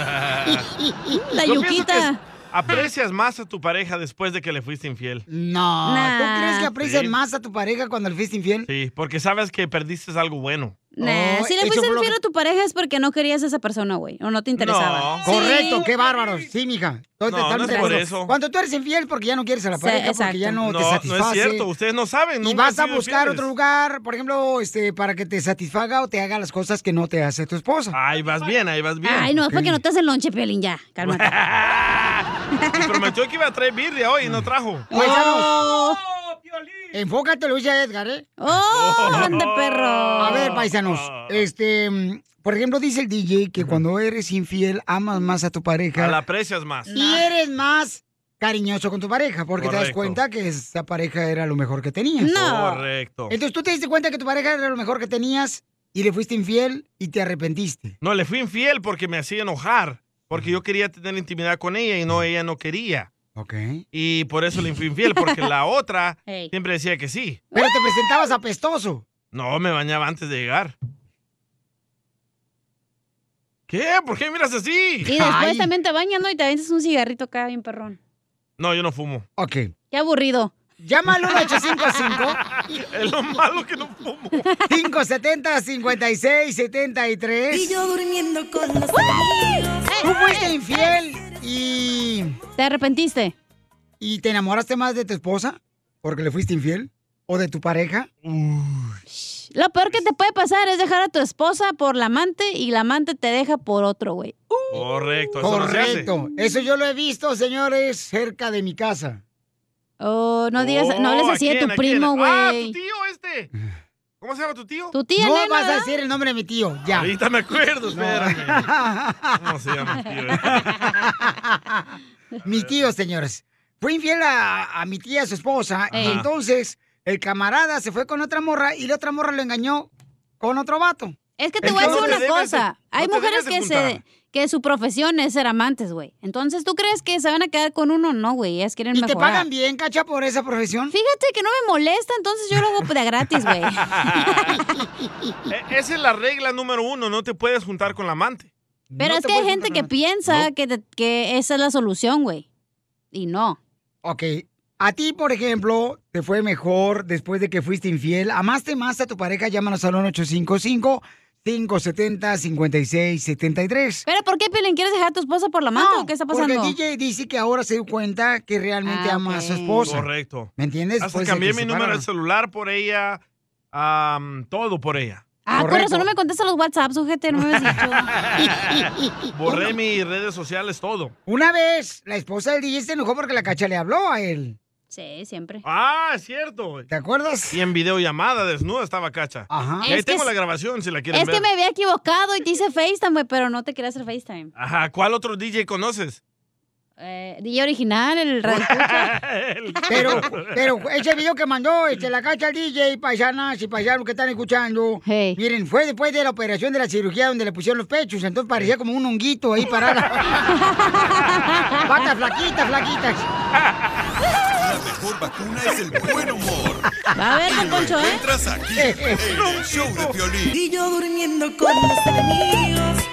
[SPEAKER 4] La
[SPEAKER 1] Yo pienso
[SPEAKER 4] yuquita.
[SPEAKER 1] que es- Aprecias más a tu pareja después de que le fuiste infiel.
[SPEAKER 2] No, ¿tú crees que aprecias
[SPEAKER 1] Sí.
[SPEAKER 2] más a tu pareja cuando le fuiste infiel?
[SPEAKER 1] Sí, porque sabes que perdiste algo bueno.
[SPEAKER 4] Nah, si le fuiste infiel a tu pareja es porque no querías a esa persona, güey. O no te interesaba.
[SPEAKER 1] No.
[SPEAKER 4] Sí.
[SPEAKER 2] Correcto, qué bárbaros. Sí, mija. Estoy
[SPEAKER 1] No,
[SPEAKER 2] totalmente
[SPEAKER 1] no es por
[SPEAKER 2] de acuerdo.
[SPEAKER 1] eso.
[SPEAKER 2] Cuando tú eres infiel porque ya no quieres a la
[SPEAKER 4] Sí,
[SPEAKER 2] pareja,
[SPEAKER 4] exacto.
[SPEAKER 2] porque ya no,
[SPEAKER 1] No,
[SPEAKER 2] te
[SPEAKER 1] no es
[SPEAKER 2] satisface.
[SPEAKER 1] cierto, ustedes no saben,
[SPEAKER 2] Y
[SPEAKER 1] nunca
[SPEAKER 2] vas
[SPEAKER 1] han
[SPEAKER 2] a
[SPEAKER 1] sido
[SPEAKER 2] buscar
[SPEAKER 1] infieles.
[SPEAKER 2] otro lugar, por ejemplo, este, para que te satisfaga o te haga las cosas que no te hace tu esposa.
[SPEAKER 1] Ahí vas bien, ahí vas bien.
[SPEAKER 4] Ay, no, es
[SPEAKER 1] Ok.
[SPEAKER 4] porque no te hacen lonche, Piolín, ya. Cálmate.
[SPEAKER 1] Y prometió que iba a traer birria hoy y no trajo.
[SPEAKER 4] Pues,
[SPEAKER 1] ¡Oh,
[SPEAKER 2] Paisanos. Enfócate, Luis y a Edgar, ¿eh?
[SPEAKER 4] ¡Oh, anda, perro!
[SPEAKER 2] A ver, paisanos. Este, mm, por ejemplo, dice el DJ que cuando eres infiel amas más a tu pareja.
[SPEAKER 1] A la aprecias más.
[SPEAKER 2] Y eres más cariñoso con tu pareja, porque te das
[SPEAKER 1] Correcto.
[SPEAKER 2] cuenta que esa pareja era lo mejor que tenías.
[SPEAKER 1] No. Correcto.
[SPEAKER 2] Entonces tú te diste cuenta que tu pareja era lo mejor que tenías y le fuiste infiel y te arrepentiste.
[SPEAKER 1] No, le fui infiel porque me hacía enojar. Porque yo quería tener intimidad con ella y no, ella no quería.
[SPEAKER 2] Ok.
[SPEAKER 1] Y por eso le fui infiel, porque la otra siempre decía que sí.
[SPEAKER 2] Pero te presentabas apestoso.
[SPEAKER 1] No, me bañaba antes de llegar. ¿Qué? ¿Por qué miras
[SPEAKER 4] Y
[SPEAKER 1] así?
[SPEAKER 4] después también te bañan, ¿no? Y te vences un cigarrito acá, bien perrón.
[SPEAKER 1] No, yo no fumo.
[SPEAKER 2] Ok.
[SPEAKER 4] Qué aburrido.
[SPEAKER 2] Llámalo al 855.
[SPEAKER 1] Es lo malo que no fumo.
[SPEAKER 2] 570-5673.
[SPEAKER 14] Y yo durmiendo con los
[SPEAKER 2] Tú fuiste infiel y.
[SPEAKER 4] ¿Te arrepentiste?
[SPEAKER 2] ¿Y te enamoraste más de tu esposa? ¿Porque le fuiste infiel? ¿O de tu pareja?
[SPEAKER 4] Lo peor que te puede pasar es dejar a tu esposa por la amante y la amante te deja por otro, güey.
[SPEAKER 1] Correcto, eso no se hace.
[SPEAKER 2] Correcto. Eso yo lo he visto, señores, cerca de mi casa.
[SPEAKER 4] Oh, no digas, no hables
[SPEAKER 2] Oh,
[SPEAKER 4] así
[SPEAKER 2] ¿a
[SPEAKER 4] de tu
[SPEAKER 2] quién? ¿a quién?
[SPEAKER 4] primo,
[SPEAKER 2] Ah,
[SPEAKER 4] güey.
[SPEAKER 2] tu
[SPEAKER 1] tío este. ¿Cómo se llama tu tío?
[SPEAKER 4] Tu tía
[SPEAKER 2] No
[SPEAKER 4] Elena,
[SPEAKER 2] vas a
[SPEAKER 4] ¿verdad?
[SPEAKER 2] decir el nombre de mi tío, ya.
[SPEAKER 1] Ahorita me acuerdo, espérame. ¿Cómo se llama,
[SPEAKER 2] Mis tíos, señores. Fue infiel a, a mi tía, a su esposa.
[SPEAKER 1] Ey.
[SPEAKER 2] y entonces, el camarada se fue con otra morra y la otra morra lo engañó con otro vato.
[SPEAKER 4] Es que te voy a decir una cosa. Hay mujeres que se que su profesión es ser amantes, güey. Entonces, ¿tú crees que se van a quedar con uno? No, güey. Ellas quieren
[SPEAKER 2] ¿Y te
[SPEAKER 4] mejorar.
[SPEAKER 2] pagan bien, cacha, por esa profesión?
[SPEAKER 4] Fíjate que no me molesta, entonces yo lo hago de gratis, güey.
[SPEAKER 1] E- Esa es la regla número uno, no te puedes juntar con la amante.
[SPEAKER 4] Pero
[SPEAKER 1] No
[SPEAKER 4] es
[SPEAKER 1] te
[SPEAKER 4] que hay
[SPEAKER 1] puedes
[SPEAKER 4] gente
[SPEAKER 1] juntar
[SPEAKER 4] que
[SPEAKER 1] con la-
[SPEAKER 4] piensa que, te- que esa es la solución, güey. Y no.
[SPEAKER 2] Ok. A ti, por ejemplo, te fue mejor después de que fuiste infiel. ¿Amaste más a tu pareja? Llámanos al 1-855-570-5673.
[SPEAKER 4] ¿Pero por qué, Pilen? ¿Quieres dejar a tu esposa por la amante o qué está
[SPEAKER 2] Porque
[SPEAKER 4] pasando?
[SPEAKER 2] el DJ dice que ahora se dio cuenta que realmente
[SPEAKER 4] Ah,
[SPEAKER 2] ama a su
[SPEAKER 4] ok.
[SPEAKER 2] esposa.
[SPEAKER 1] Mm, Correcto.
[SPEAKER 2] ¿Me entiendes?
[SPEAKER 1] Hasta
[SPEAKER 2] Puede ser
[SPEAKER 1] cambié
[SPEAKER 2] que
[SPEAKER 1] mi
[SPEAKER 2] se
[SPEAKER 1] número de
[SPEAKER 2] pararon.
[SPEAKER 1] celular por ella, am, todo por ella.
[SPEAKER 4] Ah, por
[SPEAKER 1] Correcto.
[SPEAKER 4] eso no me contestas los WhatsApp, sujete, Este no me habías dicho.
[SPEAKER 1] Borré mis redes sociales, todo.
[SPEAKER 2] Una vez, la esposa del DJ se enojó porque la cacha le habló a él.
[SPEAKER 4] Sí, siempre.
[SPEAKER 1] Ah, es cierto.
[SPEAKER 2] ¿Te acuerdas?
[SPEAKER 1] Y en videollamada, desnuda estaba Cacha.
[SPEAKER 2] Ajá.
[SPEAKER 1] Y ahí
[SPEAKER 4] Es que
[SPEAKER 1] tengo
[SPEAKER 4] es-
[SPEAKER 1] la grabación, si la quieren
[SPEAKER 4] Es
[SPEAKER 1] ver.
[SPEAKER 4] que me había equivocado y te hice FaceTime, güey, pero no te quería hacer FaceTime.
[SPEAKER 1] Ajá, ¿cuál otro DJ conoces?
[SPEAKER 4] Eh, DJ original, el radioescucha.
[SPEAKER 2] Pero, pero ese video que mandó este, la cacha al DJ, paisanas y paisanos que están escuchando, miren, fue después de la operación de la cirugía donde le pusieron los pechos, entonces parecía como un honguito ahí parada. Patas flaquitas, flaquitas.
[SPEAKER 5] La mejor vacuna es el buen humor.
[SPEAKER 4] A ver, ¿eh?
[SPEAKER 5] y lo encuentras aquí, en el show de Piolín.
[SPEAKER 14] Y yo durmiendo con los enemigos.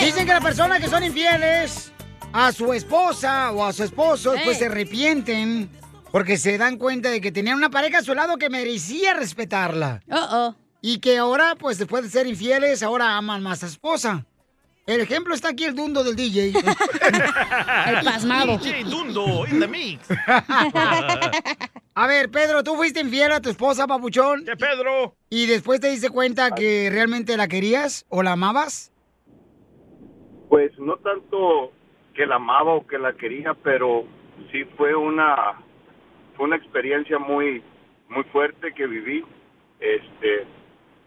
[SPEAKER 2] Dicen que las personas que son infieles a su esposa o a su esposo después se arrepienten porque se dan cuenta de que tenían una pareja a su lado que merecía respetarla.
[SPEAKER 4] Oh, oh.
[SPEAKER 2] Y que ahora, pues, después de ser infieles, ahora aman más a su esposa. El ejemplo está aquí el dundo del DJ. el
[SPEAKER 1] pasmado. DJ Dundo, in the mix.
[SPEAKER 2] a ver, Pedro, tú fuiste infiel a tu esposa, papuchón.
[SPEAKER 1] ¿Qué, Pedro?
[SPEAKER 2] ¿Y después te diste cuenta que realmente la querías o la amabas?
[SPEAKER 15] Pues no tanto que la amaba o que la quería, pero sí fue una fue una experiencia muy muy fuerte que viví. Este,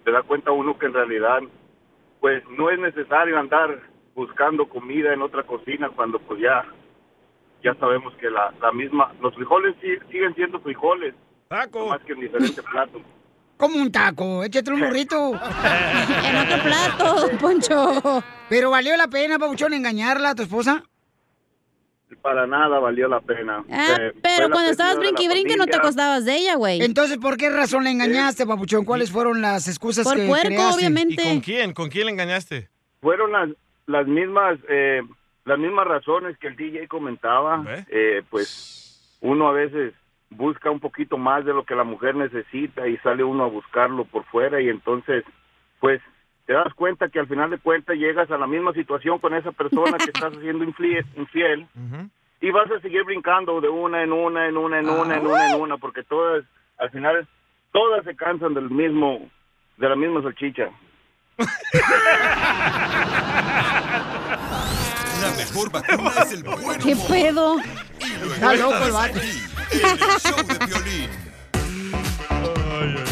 [SPEAKER 15] se da cuenta uno que en realidad pues no es necesario andar buscando comida en otra cocina cuando pues ya ya sabemos que la, la misma los frijoles sí- siguen siendo frijoles, más que en diferentes platos.
[SPEAKER 2] Como un taco, échate un burrito. en otro plato, Poncho. Pero valió la pena, Pabuchón, engañarla a tu esposa.
[SPEAKER 15] Para nada valió la pena.
[SPEAKER 4] Ah,
[SPEAKER 15] Eh, fue
[SPEAKER 4] pero
[SPEAKER 15] la
[SPEAKER 4] cuando estabas
[SPEAKER 15] pérdida de la
[SPEAKER 4] brinqui brinqui no te
[SPEAKER 15] familia. Eh.
[SPEAKER 4] acostabas de ella, güey.
[SPEAKER 2] Entonces, ¿por qué razón la engañaste, Pabuchón? ¿Cuáles fueron las excusas que creaste?
[SPEAKER 1] ¿Y con quién? ¿Con quién le engañaste?
[SPEAKER 15] Fueron las, las mismas eh, las mismas razones que el DJ comentaba. Eh, pues uno a veces busca un poquito más de lo que la mujer necesita y sale uno a buscarlo por fuera y entonces pues te das cuenta que al final de cuentas llegas a la misma situación con esa persona que estás haciendo infli- infiel y vas a seguir brincando de una en una, en una, en una, en una, en una, porque todas, al final, todas se cansan del mismo, de la misma salchicha.
[SPEAKER 5] La mejor vacuna es el buen
[SPEAKER 4] ¿Qué pedo?
[SPEAKER 2] Está loco el vato.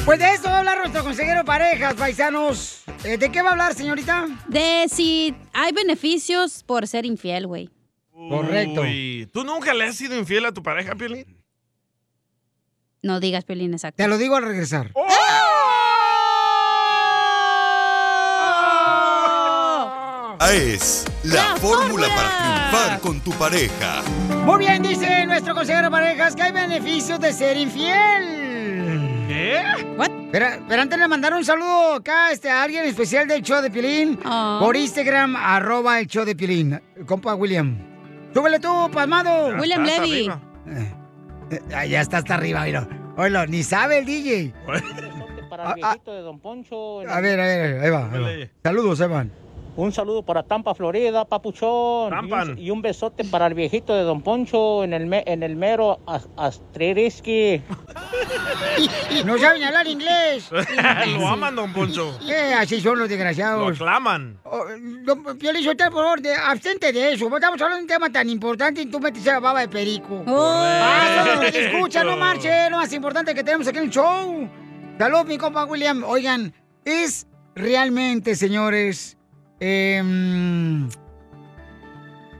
[SPEAKER 2] Pues de esto va a hablar nuestro consejero de parejas, paisanos. Eh, ¿De qué va a hablar, señorita?
[SPEAKER 4] De si hay beneficios por ser infiel, güey.
[SPEAKER 2] Correcto.
[SPEAKER 1] Uy, ¿Tú nunca le has sido infiel a tu pareja, Piolín?
[SPEAKER 4] No digas, Piolín, exacto. Oh,
[SPEAKER 2] Te lo digo al regresar.
[SPEAKER 5] Ah, Es la fórmula para triunfar con tu pareja.
[SPEAKER 2] Muy bien, dice nuestro consejero de parejas que hay beneficios de ser infiel.
[SPEAKER 4] ¿Eh?
[SPEAKER 1] ¿Qué?
[SPEAKER 2] What? Pero, pero antes le mandaron un saludo acá este, a alguien especial del show de Pilín
[SPEAKER 4] Ah.
[SPEAKER 2] por Instagram, arroba el show de Pilín. Compa William. Súbele tú, palmado.
[SPEAKER 4] Ya William estás Levy. arriba.
[SPEAKER 2] Eh, eh, ah, ya está hasta arriba, mira. Oilo, ni sabe el DJ.
[SPEAKER 16] Para
[SPEAKER 4] Ah,
[SPEAKER 16] el viejito de Don Poncho.
[SPEAKER 2] A ver, a ver, ahí va. ahí va. Saludos, Evan.
[SPEAKER 16] Un saludo para Tampa, Florida, Papuchón. Y un, y un besote para el viejito de Don Poncho en el, me- en el mero as- Astririski.
[SPEAKER 2] No saben hablar inglés.
[SPEAKER 1] Lo aman, don Poncho.
[SPEAKER 2] Eh, así son los
[SPEAKER 1] Lo
[SPEAKER 2] desgraciados.
[SPEAKER 1] aclaman.
[SPEAKER 2] Oh, Don Piolín Sotelo, por favor, de- abstente de eso. Pues, Estamos hablando de un tema tan importante y tú metes a baba de perico.
[SPEAKER 4] Oh.
[SPEAKER 2] Ah, eso no nos escucha, no marche, lo más importante que tenemos aquí en el show. Saludos, mi compa William. Oigan, es realmente, señores, em,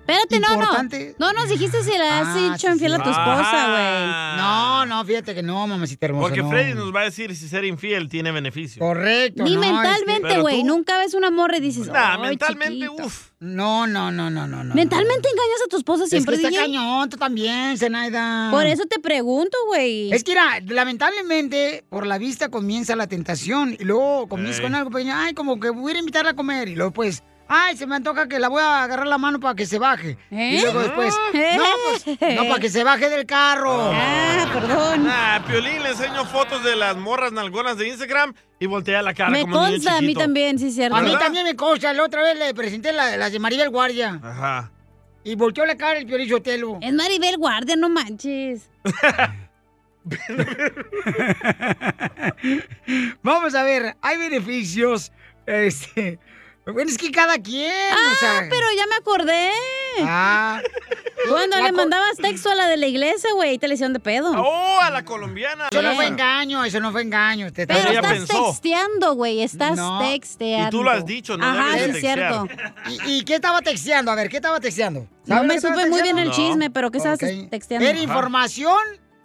[SPEAKER 4] Espérate, no,
[SPEAKER 2] Importante.
[SPEAKER 4] no. No nos dijiste si le has
[SPEAKER 2] Ah,
[SPEAKER 4] hecho
[SPEAKER 2] sí,
[SPEAKER 4] infiel
[SPEAKER 2] sí. Ah.
[SPEAKER 4] a tu esposa, güey.
[SPEAKER 2] No, no, fíjate que no, mamacita hermosa.
[SPEAKER 1] Porque
[SPEAKER 2] no.
[SPEAKER 1] Freddy nos va a decir si ser infiel tiene beneficio.
[SPEAKER 2] Correcto.
[SPEAKER 4] Ni
[SPEAKER 2] no, este, es que-
[SPEAKER 4] mentalmente, güey. Nunca ves una morra y dices.
[SPEAKER 1] Nah,
[SPEAKER 4] "Ay,
[SPEAKER 1] mentalmente,
[SPEAKER 4] chiquito".
[SPEAKER 2] No, no, no, no, no. no.
[SPEAKER 4] Mentalmente engañas a tu esposa
[SPEAKER 2] Es que
[SPEAKER 4] siempre,
[SPEAKER 2] está
[SPEAKER 4] DJ.
[SPEAKER 2] cañón, tú también, Zenaida.
[SPEAKER 4] Por eso te pregunto, güey.
[SPEAKER 2] Es que mira, lamentablemente por la vista comienza la tentación y luego comienza
[SPEAKER 4] Ey.
[SPEAKER 2] con algo pequeño, ay, como que voy a ir a invitarla a comer y luego pues, ay, se me antoja que la voy a agarrar la mano para que se baje. Y luego después,
[SPEAKER 4] ¿Eh?
[SPEAKER 2] no, pues, no, para que se baje del carro.
[SPEAKER 4] Ah, perdón.
[SPEAKER 1] Ah, a Piolín le enseño fotos de las morras nalgonas de Instagram y voltea la cara
[SPEAKER 4] Me
[SPEAKER 1] como un niño
[SPEAKER 4] consta, a mí
[SPEAKER 1] chiquito.
[SPEAKER 4] también, sí, cierto.
[SPEAKER 2] A mí también me consta, la otra vez le presenté la- las de Maribel Guardia
[SPEAKER 1] Ajá.
[SPEAKER 2] y volteó la cara el Piolín Sotelo.
[SPEAKER 4] Es Maribel Guardia, no manches.
[SPEAKER 2] Vamos a ver, hay beneficios, este... Bueno, es que cada quien, o sea...
[SPEAKER 4] Pero ya me acordé.
[SPEAKER 2] Ah.
[SPEAKER 4] Cuando
[SPEAKER 2] La
[SPEAKER 4] le
[SPEAKER 2] co-
[SPEAKER 4] mandabas texto a la de la iglesia, güey, y te le hicieron de pedo.
[SPEAKER 1] ¡Oh, a la colombiana!
[SPEAKER 2] Eso no fue engaño, eso no fue engaño. Te
[SPEAKER 4] Pero
[SPEAKER 2] estás-
[SPEAKER 4] estás texteando, güey. Estás
[SPEAKER 2] No.
[SPEAKER 4] texteando.
[SPEAKER 2] Y tú lo has dicho, no
[SPEAKER 4] Ajá,
[SPEAKER 2] debes de
[SPEAKER 4] sí, es cierto.
[SPEAKER 2] ¿Y, y qué estaba texteando? A ver, ¿qué estaba texteando?
[SPEAKER 4] No
[SPEAKER 2] ¿Sabes
[SPEAKER 4] me
[SPEAKER 2] qué estaba
[SPEAKER 4] supe muy bien
[SPEAKER 2] texteando?
[SPEAKER 4] el chisme, pero ¿qué estabas
[SPEAKER 2] Ok.
[SPEAKER 4] texteando?
[SPEAKER 2] Era información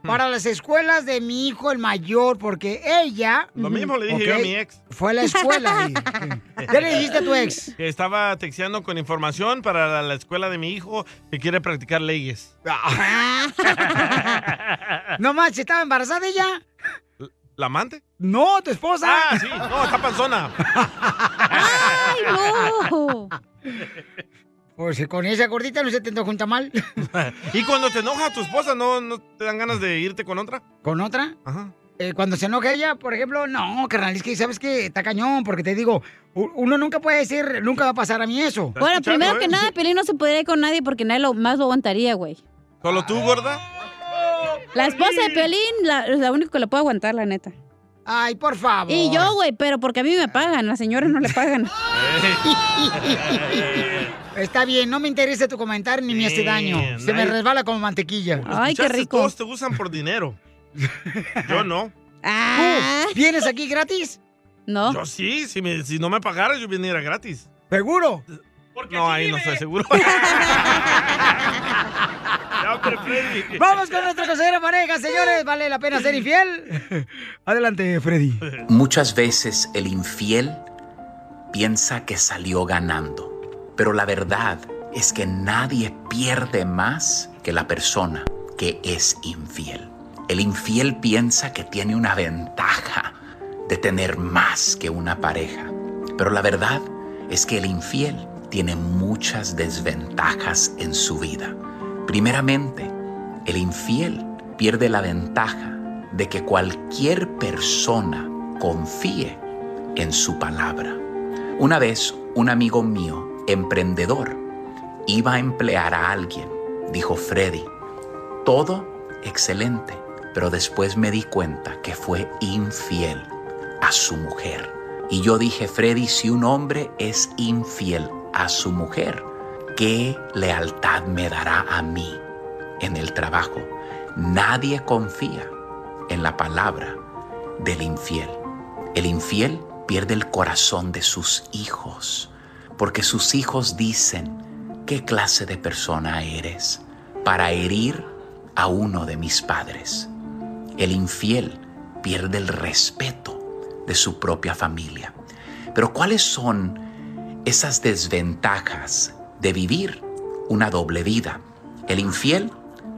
[SPEAKER 2] para las escuelas de mi hijo, el mayor, porque ella...
[SPEAKER 1] Lo mismo le dije
[SPEAKER 2] Ok,
[SPEAKER 1] yo a mi ex.
[SPEAKER 2] Fue a la escuela. y- ¿Qué le dijiste a tu ex?
[SPEAKER 1] Que estaba texteando con información para la, la escuela de mi hijo que quiere practicar leyes.
[SPEAKER 2] Ah. No manches, ¿estaba embarazada ella?
[SPEAKER 1] ¿La amante?
[SPEAKER 2] No, tu esposa.
[SPEAKER 1] Ah, sí. No, está panzona.
[SPEAKER 2] ¡Ay, no! Pues con esa gordita no se te antoja un tamal.
[SPEAKER 1] ¿Y cuando te enoja tu esposa, no, no te dan ganas de irte con otra?
[SPEAKER 2] ¿Con otra?
[SPEAKER 1] Ajá.
[SPEAKER 2] eh, cuando se enoja ella, por ejemplo, no, carnal, es que sabes que está cañón, porque te digo, u- uno nunca puede decir, nunca va a pasar a mí eso.
[SPEAKER 4] Bueno,
[SPEAKER 1] ¿eh?
[SPEAKER 4] primero
[SPEAKER 2] eh?
[SPEAKER 4] que nada, Pelín no se podría ir con nadie porque nadie lo, más lo aguantaría, güey.
[SPEAKER 1] ¿Solo tú, gorda?
[SPEAKER 4] La esposa de Pelín, la, la única que lo puede aguantar, la neta.
[SPEAKER 2] Ay, por favor.
[SPEAKER 4] Y yo, güey, pero porque a mí me pagan, las señoras no le pagan.
[SPEAKER 2] ¡Ah! Está bien, no me interesa tu comentario ni me hace daño. Se me
[SPEAKER 1] nadie-
[SPEAKER 2] resbala como mantequilla.
[SPEAKER 1] ¿Escuchaste? Todos te usan por dinero. Yo no.
[SPEAKER 2] ¿Tú ¿Vienes aquí gratis?
[SPEAKER 4] Ah.
[SPEAKER 2] Oh.
[SPEAKER 4] No.
[SPEAKER 1] Yo sí, si, me- si no me pagaras yo viniera gratis.
[SPEAKER 2] ¿Seguro?
[SPEAKER 1] No, ahí no estoy seguro.
[SPEAKER 2] Vamos con nuestra consejera pareja, señores. ¿Vale la pena ser infiel? Adelante, Freddy.
[SPEAKER 17] Muchas veces el infiel piensa que salió ganando, pero la verdad es que nadie pierde más que la persona que es infiel. El infiel piensa que tiene una ventaja de tener más que una pareja, pero la verdad es que el infiel tiene muchas desventajas en su vida. Primeramente, el infiel pierde la ventaja de que cualquier persona confíe en su palabra. Una vez un amigo mío, emprendedor, iba a emplear a alguien. Dijo Freddy, todo excelente, pero después me di cuenta que fue infiel a su mujer. Y yo dije, Freddy, si un hombre es infiel a su mujer, ¿qué lealtad me dará a mí en el trabajo? Nadie confía en la palabra del infiel. El infiel pierde el corazón de sus hijos, porque sus hijos dicen, ¿qué clase de persona eres para herir a uno de mis padres? El infiel pierde el respeto de su propia familia. Pero ¿cuáles son esas desventajas de vivir una doble vida? El infiel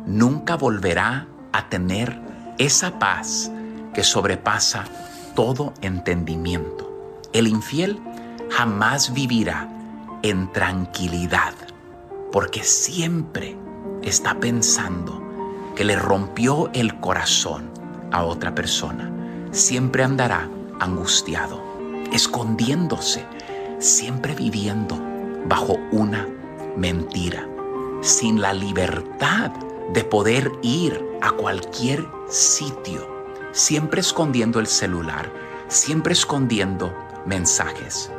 [SPEAKER 17] nunca volverá a tener esa paz que sobrepasa todo entendimiento. El infiel jamás vivirá en tranquilidad porque siempre está pensando que le rompió el corazón a otra persona. Siempre andará angustiado, escondiéndose, siempre viviendo bajo una mentira, sin la libertad de poder ir a cualquier sitio, siempre escondiendo el celular, siempre escondiendo mensajes.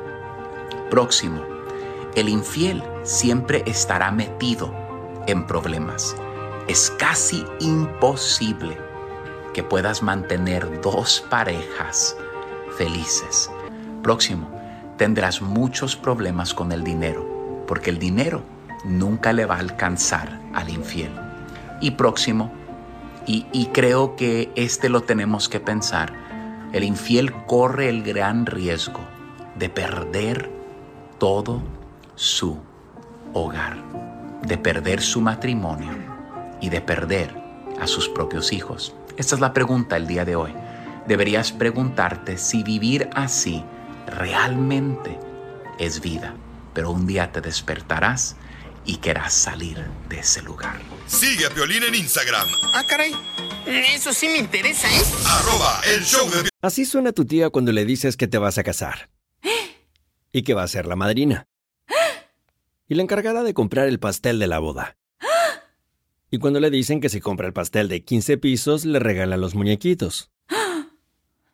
[SPEAKER 17] Próximo, el infiel siempre estará metido en problemas. Es casi imposible que puedas mantener dos parejas felices. Próximo, tendrás muchos problemas con el dinero, porque el dinero nunca le va a alcanzar al infiel. Y próximo, y, y creo que este lo tenemos que pensar, el infiel corre el gran riesgo de perder todo su hogar, de perder su matrimonio y de perder a sus propios hijos. Esta es la pregunta el día de hoy. Deberías preguntarte si vivir así realmente es vida, pero un día te despertarás y querrás salir de ese lugar.
[SPEAKER 5] Sigue a Piolín en Instagram,
[SPEAKER 17] Ah, caray. Eso sí me interesa, ¿eh?
[SPEAKER 5] arroba el show de
[SPEAKER 18] Así suena tu tía cuando le dices que te vas a casar. Y que va a ser la madrina. Y la encargada de comprar el pastel de la boda. Y cuando le dicen que si compra el pastel de 15 pisos, le regalan los muñequitos.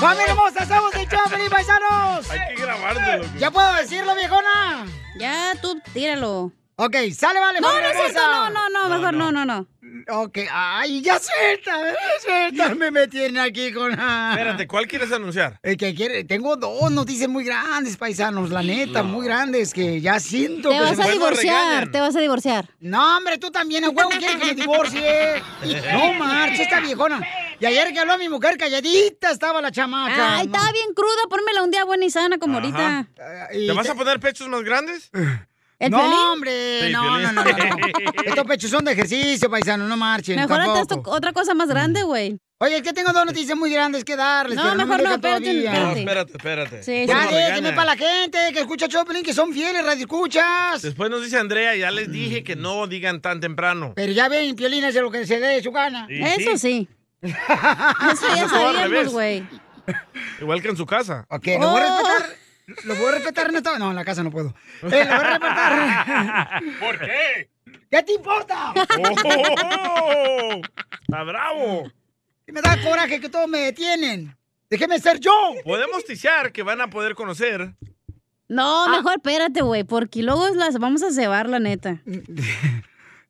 [SPEAKER 2] ¡Familia hermosa! ¡Somos el Chaplin, paisanos!
[SPEAKER 1] Hay que grabártelo.
[SPEAKER 2] ¿Ya puedo decirlo, viejona?
[SPEAKER 4] Ya, tú tíralo.
[SPEAKER 2] Ok, sale, vale,
[SPEAKER 4] No, no
[SPEAKER 2] familia
[SPEAKER 4] es cierto,
[SPEAKER 2] hermosa.
[SPEAKER 4] no, no, no, mejor no, no, no.
[SPEAKER 2] Ok, ay, ya suéltame, suéltame, me tienen aquí con...
[SPEAKER 1] Espérate, ¿cuál quieres anunciar?
[SPEAKER 2] El que quiere, tengo dos noticias muy grandes, paisanos, la neta, muy grandes, que ya siento
[SPEAKER 4] Te
[SPEAKER 2] que
[SPEAKER 4] vas
[SPEAKER 2] se
[SPEAKER 4] a
[SPEAKER 2] me-
[SPEAKER 4] divorciar, te vas a divorciar.
[SPEAKER 2] No, hombre, tú también, a huevo, quieres que me divorcie. No marches, esta viejona. Y ayer que habló a mi mujer, calladita estaba la chamaca.
[SPEAKER 4] Ay, estaba bien cruda, pónmela un día buena y sana como ahorita.
[SPEAKER 2] Ah,
[SPEAKER 1] ¿Te vas a poner pechos más grandes?
[SPEAKER 4] ¿El
[SPEAKER 2] Eh, no,
[SPEAKER 4] Piolín?
[SPEAKER 2] hombre,
[SPEAKER 1] Sí,
[SPEAKER 2] no, no,
[SPEAKER 1] Piolín.
[SPEAKER 2] no, no, no. Estos pechos son de ejercicio, paisano, no marchen.
[SPEAKER 4] Mejor hazte
[SPEAKER 2] tampoco. Mm.
[SPEAKER 4] esto- otra cosa más grande, güey.
[SPEAKER 2] Oye, es que tengo dos noticias muy grandes que darles.
[SPEAKER 4] No,
[SPEAKER 2] pero
[SPEAKER 4] mejor
[SPEAKER 2] Este, me
[SPEAKER 4] no,
[SPEAKER 2] dejan
[SPEAKER 4] espérate,
[SPEAKER 2] todavía.
[SPEAKER 1] No, espérate, espérate.
[SPEAKER 2] Ya
[SPEAKER 1] Forma de
[SPEAKER 2] déjenme
[SPEAKER 1] gana.
[SPEAKER 2] para la gente que escucha Choplin, que son fieles, radio escuchas.
[SPEAKER 1] Después nos dice Andrea, ya les dije que no digan tan temprano.
[SPEAKER 2] Pero ya ven, Piolín hace lo que se dé de su gana.
[SPEAKER 1] Y Eso
[SPEAKER 4] sí.
[SPEAKER 2] Eso
[SPEAKER 1] ya Eso todo al sabíamos, revés. güey. Igual que en su casa.
[SPEAKER 2] Ok, lo voy a
[SPEAKER 4] Oh.
[SPEAKER 2] respetar. Lo voy a respetar en esta... No, en la casa no puedo. Eh, lo voy a respetar.
[SPEAKER 1] ¿Por qué?
[SPEAKER 2] ¿Qué te importa?
[SPEAKER 1] Oh, está bravo.
[SPEAKER 2] Me da coraje que todos me detienen. Déjeme ser yo.
[SPEAKER 1] Podemos ticiar que van a poder conocer.
[SPEAKER 4] No, mejor espérate, güey, porque luego las vamos a cebar, la neta.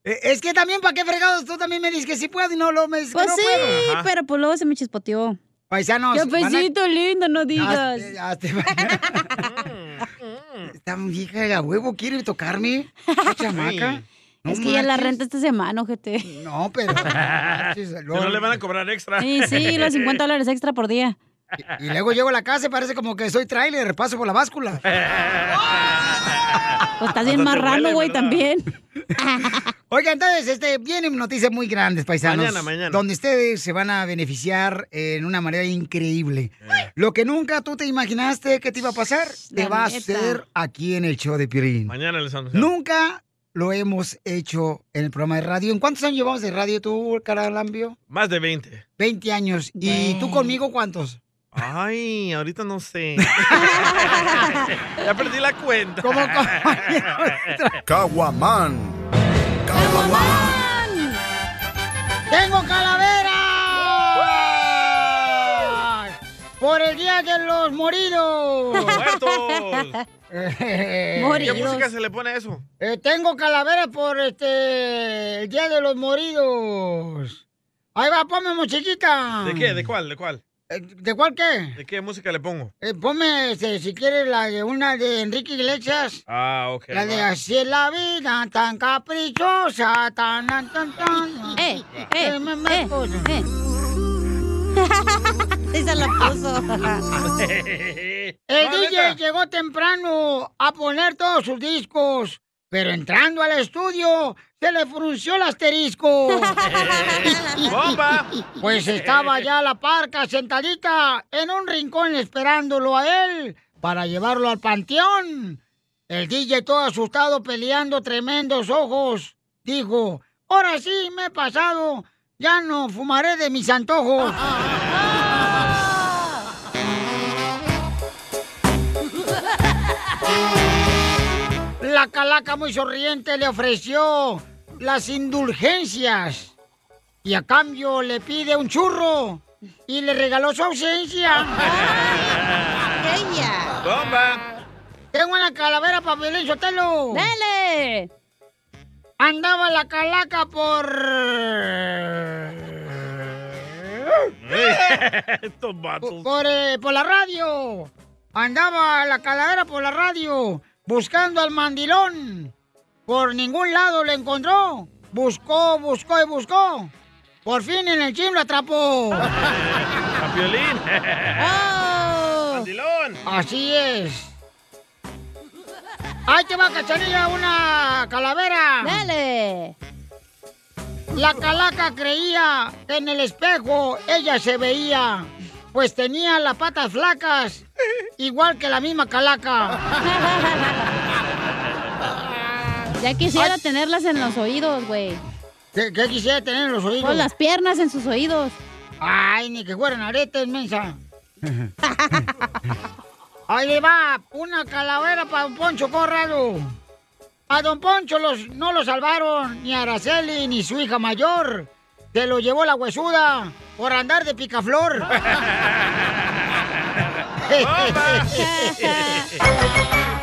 [SPEAKER 2] Eh, Es que también, ¿para qué fregados? Tú también me dices que sí puedo y no lo me dices
[SPEAKER 4] Pues
[SPEAKER 2] que no
[SPEAKER 4] sí,
[SPEAKER 2] puedo.
[SPEAKER 4] pero pues luego se me chispoteó.
[SPEAKER 2] Paisanos,
[SPEAKER 4] Qué
[SPEAKER 2] van a-
[SPEAKER 4] besito lindo, no digas.
[SPEAKER 2] Hazte- hazte- Esta vieja de a huevo quiere tocarme. Esta chamaca. No
[SPEAKER 4] es que ya la
[SPEAKER 2] marches.
[SPEAKER 4] renta esta semana, ojete.
[SPEAKER 2] No, pero.
[SPEAKER 1] Que no le van a cobrar extra.
[SPEAKER 4] Sí, sí, los 50 dólares extra por día.
[SPEAKER 2] Y luego llego a la casa y parece como que soy trailer, paso por la báscula.
[SPEAKER 4] Pues estás bien
[SPEAKER 2] Hasta te
[SPEAKER 4] marrano,
[SPEAKER 2] huele,
[SPEAKER 4] güey,
[SPEAKER 2] ¿verdad?
[SPEAKER 4] también.
[SPEAKER 2] Oiga, entonces, este, vienen noticias muy grandes, paisanos.
[SPEAKER 1] Mañana, mañana.
[SPEAKER 2] Donde ustedes se van a beneficiar en una manera increíble. Lo que nunca tú te imaginaste que te iba a pasar, te
[SPEAKER 1] La
[SPEAKER 2] va a
[SPEAKER 1] neta.
[SPEAKER 2] hacer aquí en el show de Piolín.
[SPEAKER 1] Mañana les anunciamos.
[SPEAKER 2] Nunca lo hemos hecho en el programa de radio. ¿En cuántos años llevamos de radio tú, Caralambio?
[SPEAKER 1] Más de 20.
[SPEAKER 2] 20 años. ¿Y tú conmigo cuántos?
[SPEAKER 1] Ay, ahorita no sé. ya perdí la cuenta.
[SPEAKER 2] ¿Cómo,
[SPEAKER 19] Caguaman.
[SPEAKER 2] ¡Tengo calavera! ¡Por el Día de los Moridos!
[SPEAKER 1] ¡Muertos!
[SPEAKER 2] Eh,
[SPEAKER 1] ¿Qué
[SPEAKER 2] Moridos.
[SPEAKER 1] música se le pone a eso?
[SPEAKER 2] Eh, tengo calavera por este el Día de los Moridos. Ahí va, ponme musiquita.
[SPEAKER 1] ¿De qué? ¿De cuál? ¿De cuál?
[SPEAKER 2] Eh, ¿De cuál qué?
[SPEAKER 1] ¿De qué música le pongo?
[SPEAKER 2] Eh, ponme, este, si quieres, la de una de Enrique Iglesias.
[SPEAKER 1] Ah, ok.
[SPEAKER 2] La de
[SPEAKER 1] va.
[SPEAKER 2] así es la vida, tan caprichosa, tan, tan, tan, tan. Eh, eh, eh,
[SPEAKER 4] Sí se la puso.
[SPEAKER 2] El
[SPEAKER 4] No,
[SPEAKER 2] DJ
[SPEAKER 4] neta.
[SPEAKER 2] llegó temprano a poner todos sus discos, pero entrando al estudio se le frunció el asterisco.
[SPEAKER 1] ¡Bomba!
[SPEAKER 2] Pues estaba ya la parca sentadita en un rincón esperándolo a él para llevarlo al panteón. El DJ todo asustado peleando tremendos ojos, dijo, ahora sí me he pasado, ya no fumaré de mis antojos. La calaca muy sonriente le ofreció las indulgencias y a cambio le pide un churro y le regaló su ausencia.
[SPEAKER 1] ¡Bomba!
[SPEAKER 2] Tengo una calavera para Piolín Sotelo. ¡Dale! Andaba la calaca por...
[SPEAKER 1] Estos vatos.
[SPEAKER 2] por, eh, por la radio. Andaba la calavera por la radio buscando al mandilón. Por ningún lado lo encontró. Buscó, buscó y buscó. Por fin en el gym lo atrapó.
[SPEAKER 1] ¡A Piolín! ¡Mandilón!
[SPEAKER 2] Oh. Así es. Ahí te va, cachanilla, una calavera. Dale. La calaca creía que en el espejo ella se veía, pues tenía las patas flacas, igual que la misma calaca.
[SPEAKER 4] Ya quisiera tenerlas en los oídos, güey.
[SPEAKER 2] ¿Qué, qué quisiera tener en los oídos?
[SPEAKER 4] Con las piernas en sus oídos.
[SPEAKER 2] Ay, ni que fueran aretes, mensa. Ahí le va una calavera para don Poncho Corrado. A don Poncho los, no lo salvaron ni Araceli ni su hija mayor. Se lo llevó la huesuda por andar de picaflor.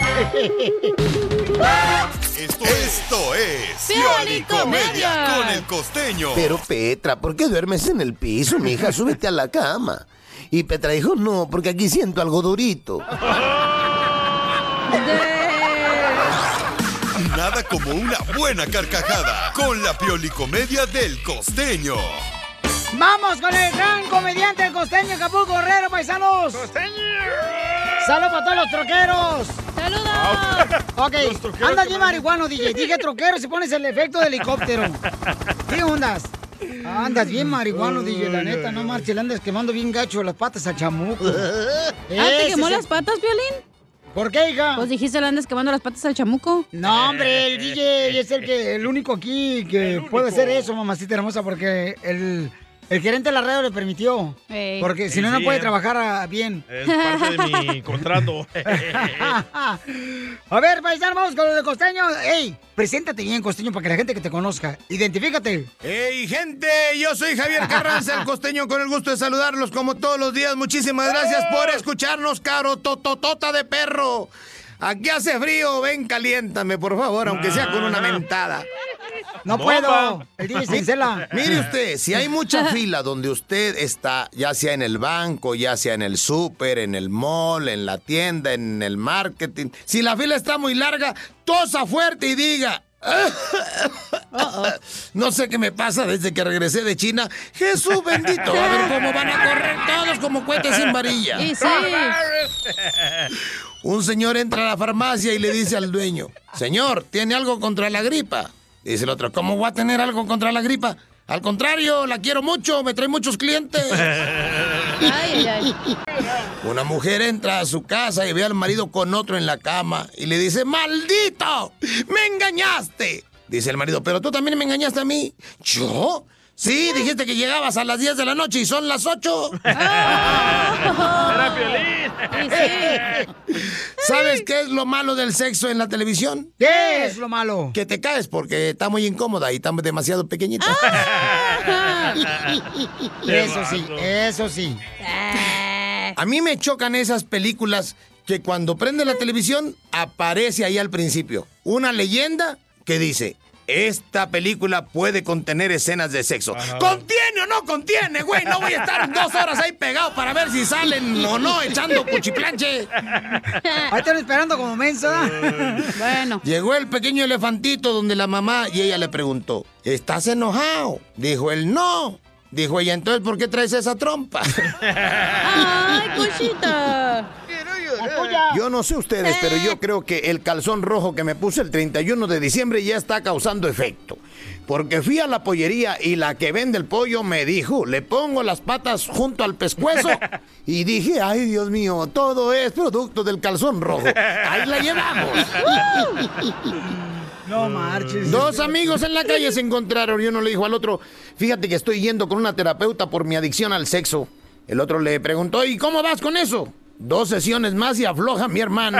[SPEAKER 5] Esto, esto es
[SPEAKER 14] Pioli
[SPEAKER 5] Comedia con el costeño.
[SPEAKER 20] Pero Petra, ¿por qué duermes en el piso, mija? Súbete a la cama. Y Petra dijo, no, porque aquí siento algo durito.
[SPEAKER 5] Nada como una buena carcajada con la piolicomedia del costeño.
[SPEAKER 2] Vamos con el gran comediante el costeño Acapulco Guerrero, paisanos. ¡Costeño! Saludos para todos los troqueros.
[SPEAKER 4] ¡Saludos!
[SPEAKER 2] Ok,
[SPEAKER 4] Los troqueros
[SPEAKER 2] anda
[SPEAKER 4] que
[SPEAKER 2] bien
[SPEAKER 4] me-
[SPEAKER 2] marihuano, DJ. Dije troquero si pones el efecto de helicóptero. ¿Qué ondas? Andas bien marihuano, DJ, la neta, no marches, le andas quemando bien gacho las patas al chamuco.
[SPEAKER 4] ¿Ah, te quemó las
[SPEAKER 2] patas, Violín? ¿Por qué, hija? Pues dijiste le andas quemando las patas al chamuco. No, hombre, el DJ es el que, el único aquí que puede hacer eso, mamacita hermosa, porque el, el gerente de la radio le permitió.
[SPEAKER 4] Ey.
[SPEAKER 2] Porque si
[SPEAKER 1] Sí,
[SPEAKER 2] no, no
[SPEAKER 1] sí,
[SPEAKER 2] puede
[SPEAKER 1] eh.
[SPEAKER 2] trabajar ah, bien.
[SPEAKER 1] Es parte de mi contrato.
[SPEAKER 2] A ver, paisano, vamos con lo de costeño. Ey, preséntate bien, costeño, para que la gente que te conozca. Identifícate.
[SPEAKER 11] ¡Ey, gente! Yo soy Javier Carranza, Pues el costeño, con el gusto de saludarlos como todos los días. Muchísimas gracias por
[SPEAKER 20] Eh.
[SPEAKER 11] escucharnos, caro tototota de perro. Aquí hace frío, ven, caliéntame, por favor, aunque sea con una mentada.
[SPEAKER 2] No
[SPEAKER 11] puedo.
[SPEAKER 2] El DJ Cincela.
[SPEAKER 20] Mire usted, si hay mucha fila donde usted está, ya sea en el banco, ya sea en el súper, en el mall, en la tienda, en el marketing,
[SPEAKER 11] Si la fila está muy larga, tosa fuerte y diga. No sé qué me pasa desde que regresé de China. Jesús bendito. A ver cómo van a correr todos como cohetes sin varilla. Un señor entra a la farmacia y le dice al dueño, señor, ¿tiene algo contra la gripa? Dice el otro, ¿cómo voy a tener algo contra la gripa? Al contrario, la quiero mucho, me trae muchos clientes. Una mujer entra a su casa y ve al marido con otro en la cama y le dice, ¡maldito! ¡Me engañaste! Dice el marido, pero tú también me engañaste a mí. ¿Yo? Sí, dijiste que llegabas a las 10 de la noche y son las 8.
[SPEAKER 14] Era
[SPEAKER 11] ¿Sabes qué es lo malo del sexo en la televisión?
[SPEAKER 2] ¿Qué es lo malo?
[SPEAKER 11] Que te caes porque está muy incómoda y está demasiado pequeñita.
[SPEAKER 2] eso sí, eh. eso sí.
[SPEAKER 11] A mí me chocan esas películas que cuando prende la televisión aparece ahí al principio una leyenda que dice, esta película puede contener escenas de sexo. ¿Contiene o no contiene, güey? No voy a estar dos horas ahí pegado para ver si salen o no echando cuchiplanche.
[SPEAKER 2] Ahí están esperando como mensa. bueno.
[SPEAKER 11] Llegó el pequeño elefantito donde la mamá y ella le preguntó, ¿estás enojado? Dijo él, no. Dijo ella, entonces, ¿por qué traes esa trompa?
[SPEAKER 4] ¡Ay, cosita!
[SPEAKER 20] Yo no sé ustedes, pero yo creo que el calzón rojo que me puse el 31 de diciembre ya está causando efecto. Porque fui a la pollería y la que vende el pollo me dijo, le pongo las patas junto al pescuezo. Y dije, ay Dios mío, todo es producto del calzón rojo. Ahí la llevamos.
[SPEAKER 2] No marches.
[SPEAKER 20] Dos amigos en la calle se encontraron y uno le dijo al otro, fíjate que estoy yendo con una terapeuta por mi adicción al sexo. El otro le preguntó, ¿y cómo vas con eso? Dos sesiones más y afloja mi hermano.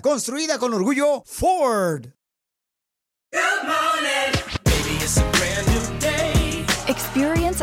[SPEAKER 2] construida con orgullo Ford.
[SPEAKER 19] Experience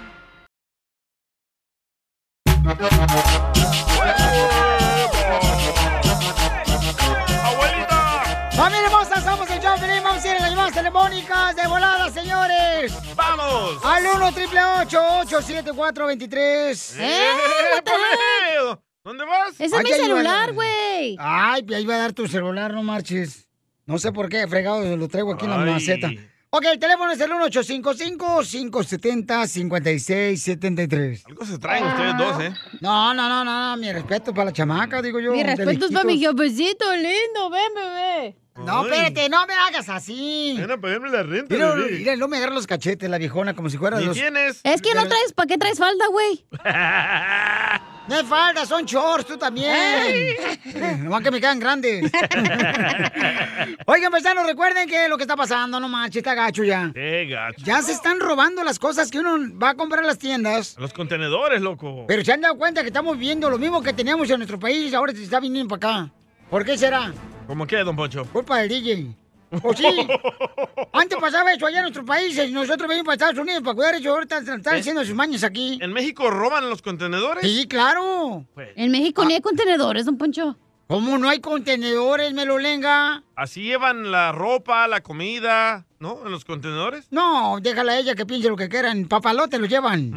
[SPEAKER 2] ¡Familia hermosa! ¡Somos el show de Piolín! ¡Vamos a ir a las llamadas telefónicas de volada, señores!
[SPEAKER 1] ¡Vamos!
[SPEAKER 2] Al 1 triple 874 23
[SPEAKER 1] ¡Eh, ¿Dónde vas?
[SPEAKER 4] Ese es mi celular, güey.
[SPEAKER 2] Ay, ahí va a dar tu celular, no marches. No sé por qué, fregado, lo traigo aquí en la
[SPEAKER 4] Ay.
[SPEAKER 2] maceta. Ok, el teléfono es el 1855-570-5673.
[SPEAKER 1] Algo se traen ustedes dos,
[SPEAKER 2] Ah.
[SPEAKER 1] ¿eh?
[SPEAKER 2] No, no, no, no, no, mi respeto para la chamaca, digo yo.
[SPEAKER 4] Mi
[SPEAKER 2] de
[SPEAKER 4] respeto es para mi
[SPEAKER 2] lejitos.
[SPEAKER 4] jefecito, lindo, ven, bebé.
[SPEAKER 2] No, espérate, no me hagas así. Ven
[SPEAKER 1] a pagarme la renta.
[SPEAKER 2] Mira,
[SPEAKER 1] bebé.
[SPEAKER 2] mira, no me agarra los cachetes, la viejona, como si fuera
[SPEAKER 1] Ni
[SPEAKER 2] los...
[SPEAKER 1] tienes.
[SPEAKER 4] Es que no traes, ¿para qué traes falda, güey?
[SPEAKER 2] No es falda, son shorts, tú también. Nomás que me quedan grandes. Oigan, paisanos, recuerden que lo que está pasando, no manches, está gacho ya.
[SPEAKER 1] ¡Qué gacho!
[SPEAKER 2] Ya se están robando las cosas que uno va a comprar a las tiendas.
[SPEAKER 1] Los contenedores, loco.
[SPEAKER 2] Pero se han dado cuenta que estamos viendo lo mismo que teníamos en nuestro país, ahora se está viniendo para acá. ¿Por qué será?
[SPEAKER 1] ¿Cómo qué, don Poncho?
[SPEAKER 2] Culpa del DJ. ¿O Oh, sí? Antes pasaba eso allá en nuestros países, nosotros venimos para Estados Unidos para cuidar eso, ahorita están están
[SPEAKER 1] ¿Eh?
[SPEAKER 2] haciendo sus mañas aquí.
[SPEAKER 1] ¿En México roban los contenedores?
[SPEAKER 2] Sí, claro. ah.
[SPEAKER 4] En México ni hay contenedores, don Poncho.
[SPEAKER 2] ¿Cómo no hay contenedores, Melolenga?
[SPEAKER 1] Así llevan la ropa, la comida, ¿no? En los contenedores.
[SPEAKER 2] No, déjala a ella que piense lo que quieran. Papalote lo llevan.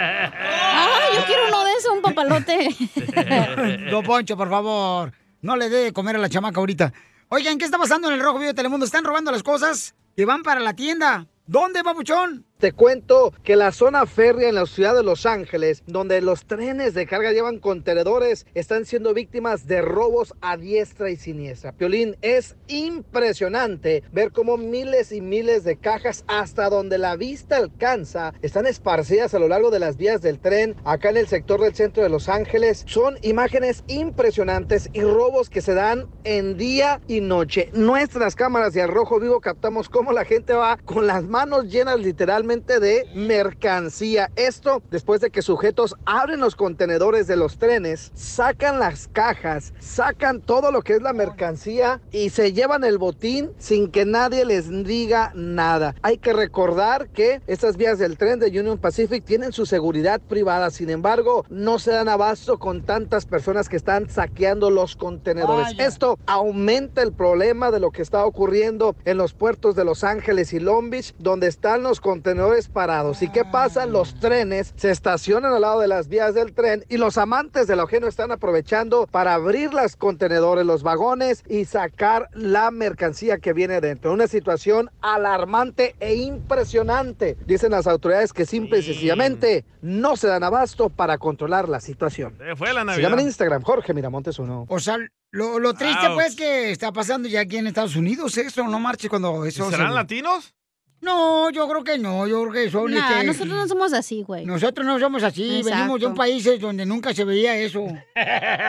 [SPEAKER 4] Ah, yo quiero uno de esos, un papalote.
[SPEAKER 2] Don Poncho, por favor. No le dé de comer a la chamaca ahorita. Oigan, ¿qué está pasando en el Rojo Vivo de Telemundo? Están robando las cosas que van para la tienda. ¿Dónde, papuchón?
[SPEAKER 3] Te cuento que la zona férrea en la ciudad de Los Ángeles, donde los trenes de carga llevan contenedores, están siendo víctimas de robos a diestra y siniestra. Piolín, es impresionante ver cómo miles y miles de cajas hasta donde la vista alcanza están esparcidas a lo largo de las vías del tren acá en el sector del centro de Los Ángeles. Son imágenes impresionantes y robos que se dan en día y noche. Nuestras cámaras de al rojo vivo captamos cómo la gente va con las manos llenas literalmente de mercancía. Esto después de que sujetos abren los contenedores de los trenes, sacan las cajas, sacan todo lo que es la mercancía y se llevan el botín sin que nadie les diga nada. Hay que recordar que estas vías del tren de Union Pacific tienen su seguridad privada. Sin embargo, no se dan abasto con tantas personas que están saqueando los contenedores.
[SPEAKER 2] Vaya.
[SPEAKER 3] Esto aumenta el problema de lo que está ocurriendo en los puertos de Los Ángeles y Long Beach, donde están los contenedores parados. ¿Y qué pasa? Los trenes se estacionan al lado de las vías del tren y los amantes del ajeno están aprovechando para abrir los contenedores, los vagones y sacar la mercancía que viene dentro. Una situación alarmante e impresionante. Dicen las autoridades que simple y sencillamente no se dan abasto para controlar la situación.
[SPEAKER 1] Se fue
[SPEAKER 3] Se llama
[SPEAKER 1] la
[SPEAKER 3] en
[SPEAKER 1] Navidad.
[SPEAKER 3] Instagram Jorge Miramontes uno.
[SPEAKER 2] O sea, lo, lo triste
[SPEAKER 3] Ouch.
[SPEAKER 2] pues que está pasando ya aquí en Estados Unidos eso, no marche cuando eso...
[SPEAKER 1] ¿Serán
[SPEAKER 2] se-
[SPEAKER 1] latinos?
[SPEAKER 2] No, yo creo que no, yo creo que son...
[SPEAKER 4] Nah,
[SPEAKER 2] este,
[SPEAKER 4] nosotros no somos así, güey.
[SPEAKER 2] nosotros no somos así,
[SPEAKER 4] Exacto.
[SPEAKER 2] venimos de un país donde nunca se veía eso.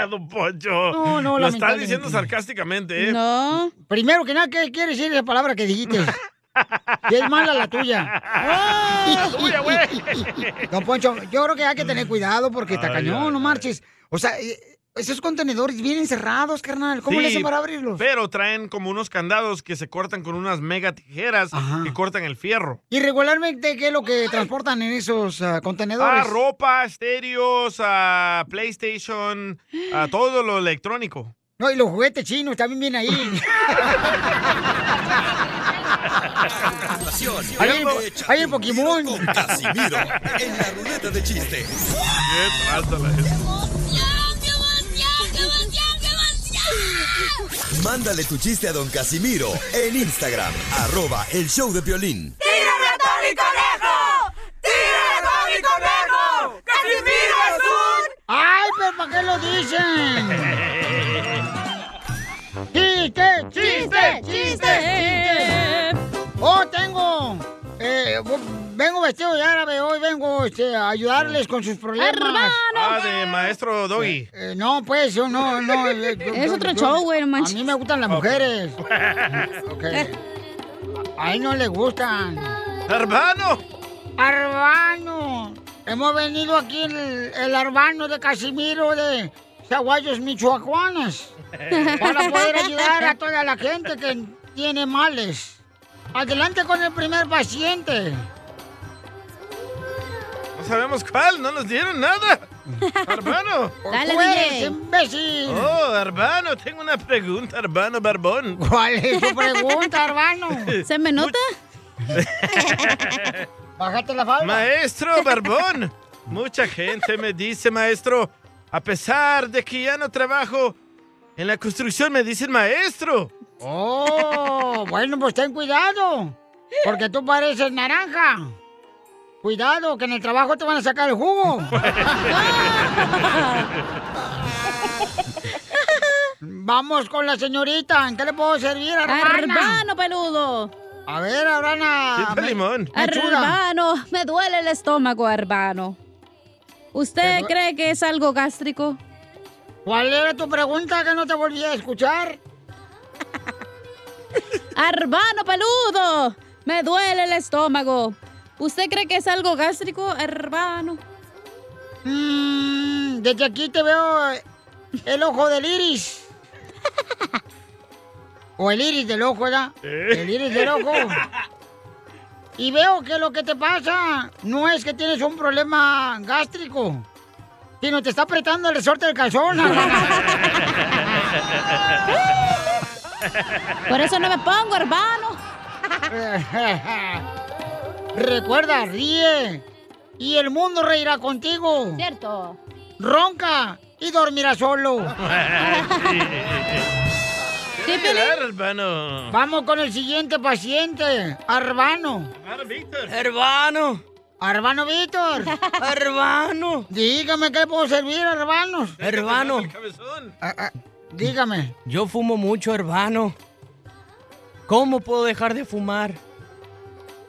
[SPEAKER 1] don Poncho.
[SPEAKER 2] No, no,
[SPEAKER 1] Lo está
[SPEAKER 2] lamentablemente.
[SPEAKER 1] diciendo sarcásticamente, ¿eh?
[SPEAKER 4] No.
[SPEAKER 2] Primero que nada, ¿qué quiere decir esa palabra que dijiste? Que es mala la tuya.
[SPEAKER 1] tuya,
[SPEAKER 2] Don Poncho, yo creo que hay que tener cuidado porque está
[SPEAKER 1] Ay,
[SPEAKER 2] cañón,
[SPEAKER 1] ay,
[SPEAKER 2] no marches. O sea, eh, esos contenedores vienen cerrados, carnal. ¿Cómo le
[SPEAKER 1] Sí,
[SPEAKER 2] hacen para abrirlos?
[SPEAKER 1] Pero traen como unos candados que se cortan con unas mega tijeras que cortan el fierro.
[SPEAKER 2] Y regularmente, ¿qué es lo que transportan en esos ah,
[SPEAKER 1] Ah,
[SPEAKER 2] contenedores?
[SPEAKER 1] ropa, estéreos, ah, PlayStation, a todo lo electrónico.
[SPEAKER 2] No, y los juguetes chinos también vienen ahí.
[SPEAKER 5] Continuación,
[SPEAKER 2] Hay un po-
[SPEAKER 5] échate
[SPEAKER 2] hay un Pokémon.
[SPEAKER 5] con Casimiro en la ruleta de chistes.
[SPEAKER 1] ¿Qué trátala
[SPEAKER 5] Mándale tu chiste a don Casimiro en Instagram, arroba el show de violín.
[SPEAKER 14] ¡Tírame a Tony Conejo! ¡Tírame a Tony Conejo! ¡Casimiro es un...
[SPEAKER 2] ¡Ay, pero para qué lo dicen! ¡Chiste, chiste, chiste, chiste! ¡Oh, tengo! eh, bu- vengo vestido de árabe, hoy vengo este, a ayudarles con sus problemas.
[SPEAKER 1] Ah,
[SPEAKER 4] pues!
[SPEAKER 1] de maestro Doggy.
[SPEAKER 2] Eh, no, pues, yo no, no. eh, yo-
[SPEAKER 4] Es
[SPEAKER 2] yo-
[SPEAKER 4] otro
[SPEAKER 2] yo-
[SPEAKER 4] show, güey, no manches.
[SPEAKER 2] A mí me gustan las mujeres. Ok. A él no le gustan.
[SPEAKER 1] ¡Hermano!
[SPEAKER 2] ¡Hermano! Hemos venido aquí el, el hermano de Casimiro de Zaguayos Michoacuanas para poder ayudar a toda la gente que tiene males. Adelante con el primer paciente.
[SPEAKER 1] No sabemos cuál, no nos dieron nada. Hermano.
[SPEAKER 2] Dale, Tú eres DJ. imbécil.
[SPEAKER 1] Oh, hermano, tengo una pregunta, hermano Barbón.
[SPEAKER 2] ¿Cuál es tu pregunta, hermano?
[SPEAKER 4] ¿Se me nota?
[SPEAKER 2] Bájate la falda.
[SPEAKER 1] Maestro Barbón, mucha gente me dice, maestro, a pesar de que ya no trabajo en la construcción, me dicen maestro.
[SPEAKER 2] Oh, bueno, pues ten cuidado. Porque tú pareces naranja. Cuidado, que en el trabajo te van a sacar el jugo. Vamos con la señorita. ¿En qué le puedo servir, hermana?
[SPEAKER 4] Hermano peludo.
[SPEAKER 2] A ver, hermana.
[SPEAKER 1] Siempre limón.
[SPEAKER 4] Hermano, me duele el estómago, hermano. ¿Usted cree que es algo gástrico?
[SPEAKER 2] ¿Cuál era tu pregunta que no te volví a escuchar?
[SPEAKER 4] Hermano peludo, me duele el estómago. ¿Usted cree que es algo gástrico, hermano?
[SPEAKER 2] Mm, desde aquí te veo eh, el ojo del iris. O el iris del ojo, ¿verdad?
[SPEAKER 14] ¿Eh?
[SPEAKER 2] El iris del ojo. Y veo que lo que te pasa no es que tienes un problema gástrico, sino te está apretando el resorte del calzón.
[SPEAKER 4] Por eso no me pongo, hermano.
[SPEAKER 2] ah. Recuerda, ríe. Y el mundo reirá contigo.
[SPEAKER 4] Cierto.
[SPEAKER 2] Ronca y dormirá solo.
[SPEAKER 1] ¿Qué llorar, hermano?
[SPEAKER 2] Vamos con el siguiente paciente, Arbano. Arbano. Arbano Víctor. Arbano. Dígame qué puedo servir, hermanos.
[SPEAKER 6] Hermano.
[SPEAKER 2] Ah, ah, dígame.
[SPEAKER 6] Yo fumo mucho, hermano. ¿Cómo puedo dejar de fumar?